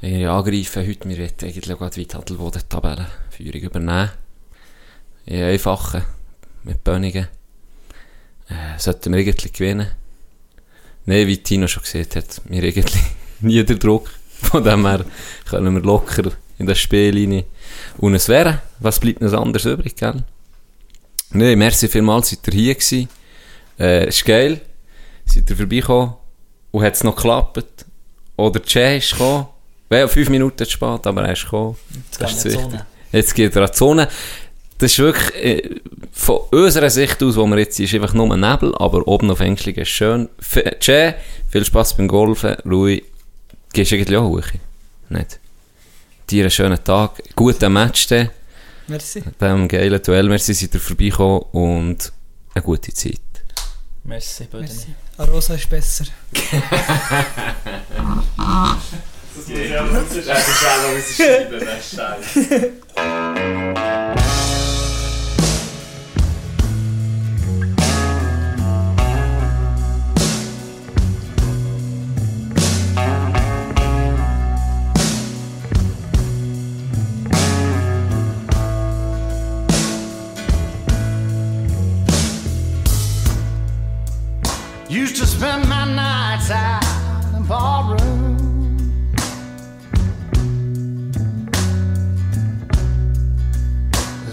Speaker 2: Wir wollen angreifen heute. Wir wollen eigentlich auch gerade wie die Adelboden die Tabellenführung übernehmen. In einfachen, mit Bönigen. Äh, sollten wir eigentlich gewinnen. Nein, wie Tino schon gesehen hat, wir haben eigentlich nie den Druck. Von dem her können wir locker in der Spiellinie. Und es wäre, was bleibt uns anders übrig, gell? Nein, merci vielmals, seid ihr hier gewesen. Äh, ist geil. Seid ihr vorbeigekommen. Und hat es noch geklappt. Oder Jay ist gekommen. Wäre fünf Minuten zu spät, aber er ist gekommen.
Speaker 1: Jetzt
Speaker 2: Das
Speaker 1: gehen
Speaker 2: ist
Speaker 1: wir in die
Speaker 2: wichtig.
Speaker 1: Sonne.
Speaker 2: Jetzt geht er an die Sonne. Das ist wirklich äh, von unserer Sicht aus, wo wir jetzt sind, ist einfach nur ein Nebel, aber oben auf Engstling ist schön. F Jay, viel Spaß beim Golfen. Rui, gehst du irgendwie auch hoch? Nicht? Dir einen schönen Tag, guten Match dann,
Speaker 3: Merci.
Speaker 2: beim geilen Duell. Merci, seid ihr vorbeigekommen und eine gute Zeit.
Speaker 1: Merci, Bödeli.
Speaker 3: Merci. Arosa ist besser.
Speaker 6: Used to spend my nights out in the barroom.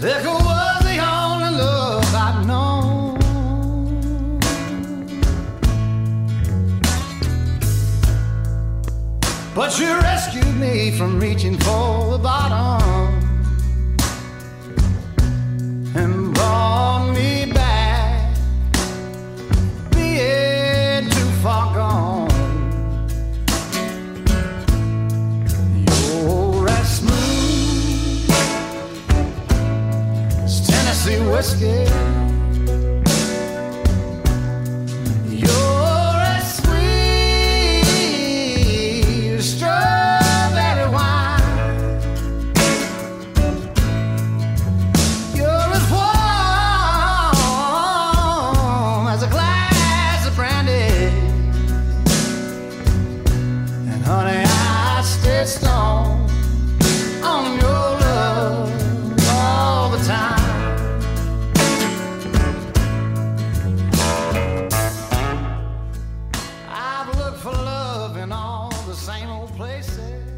Speaker 6: Liquor was the only love I'd known. But you rescued me from reaching for the bottom and brought me back being too far gone. You're as smooth as Tennessee whiskey. You're as sweet as strawberry wine. You're as warm as a glass of brandy. And honey, I stay strong on your love all the time. I've looked for love in all the same old places.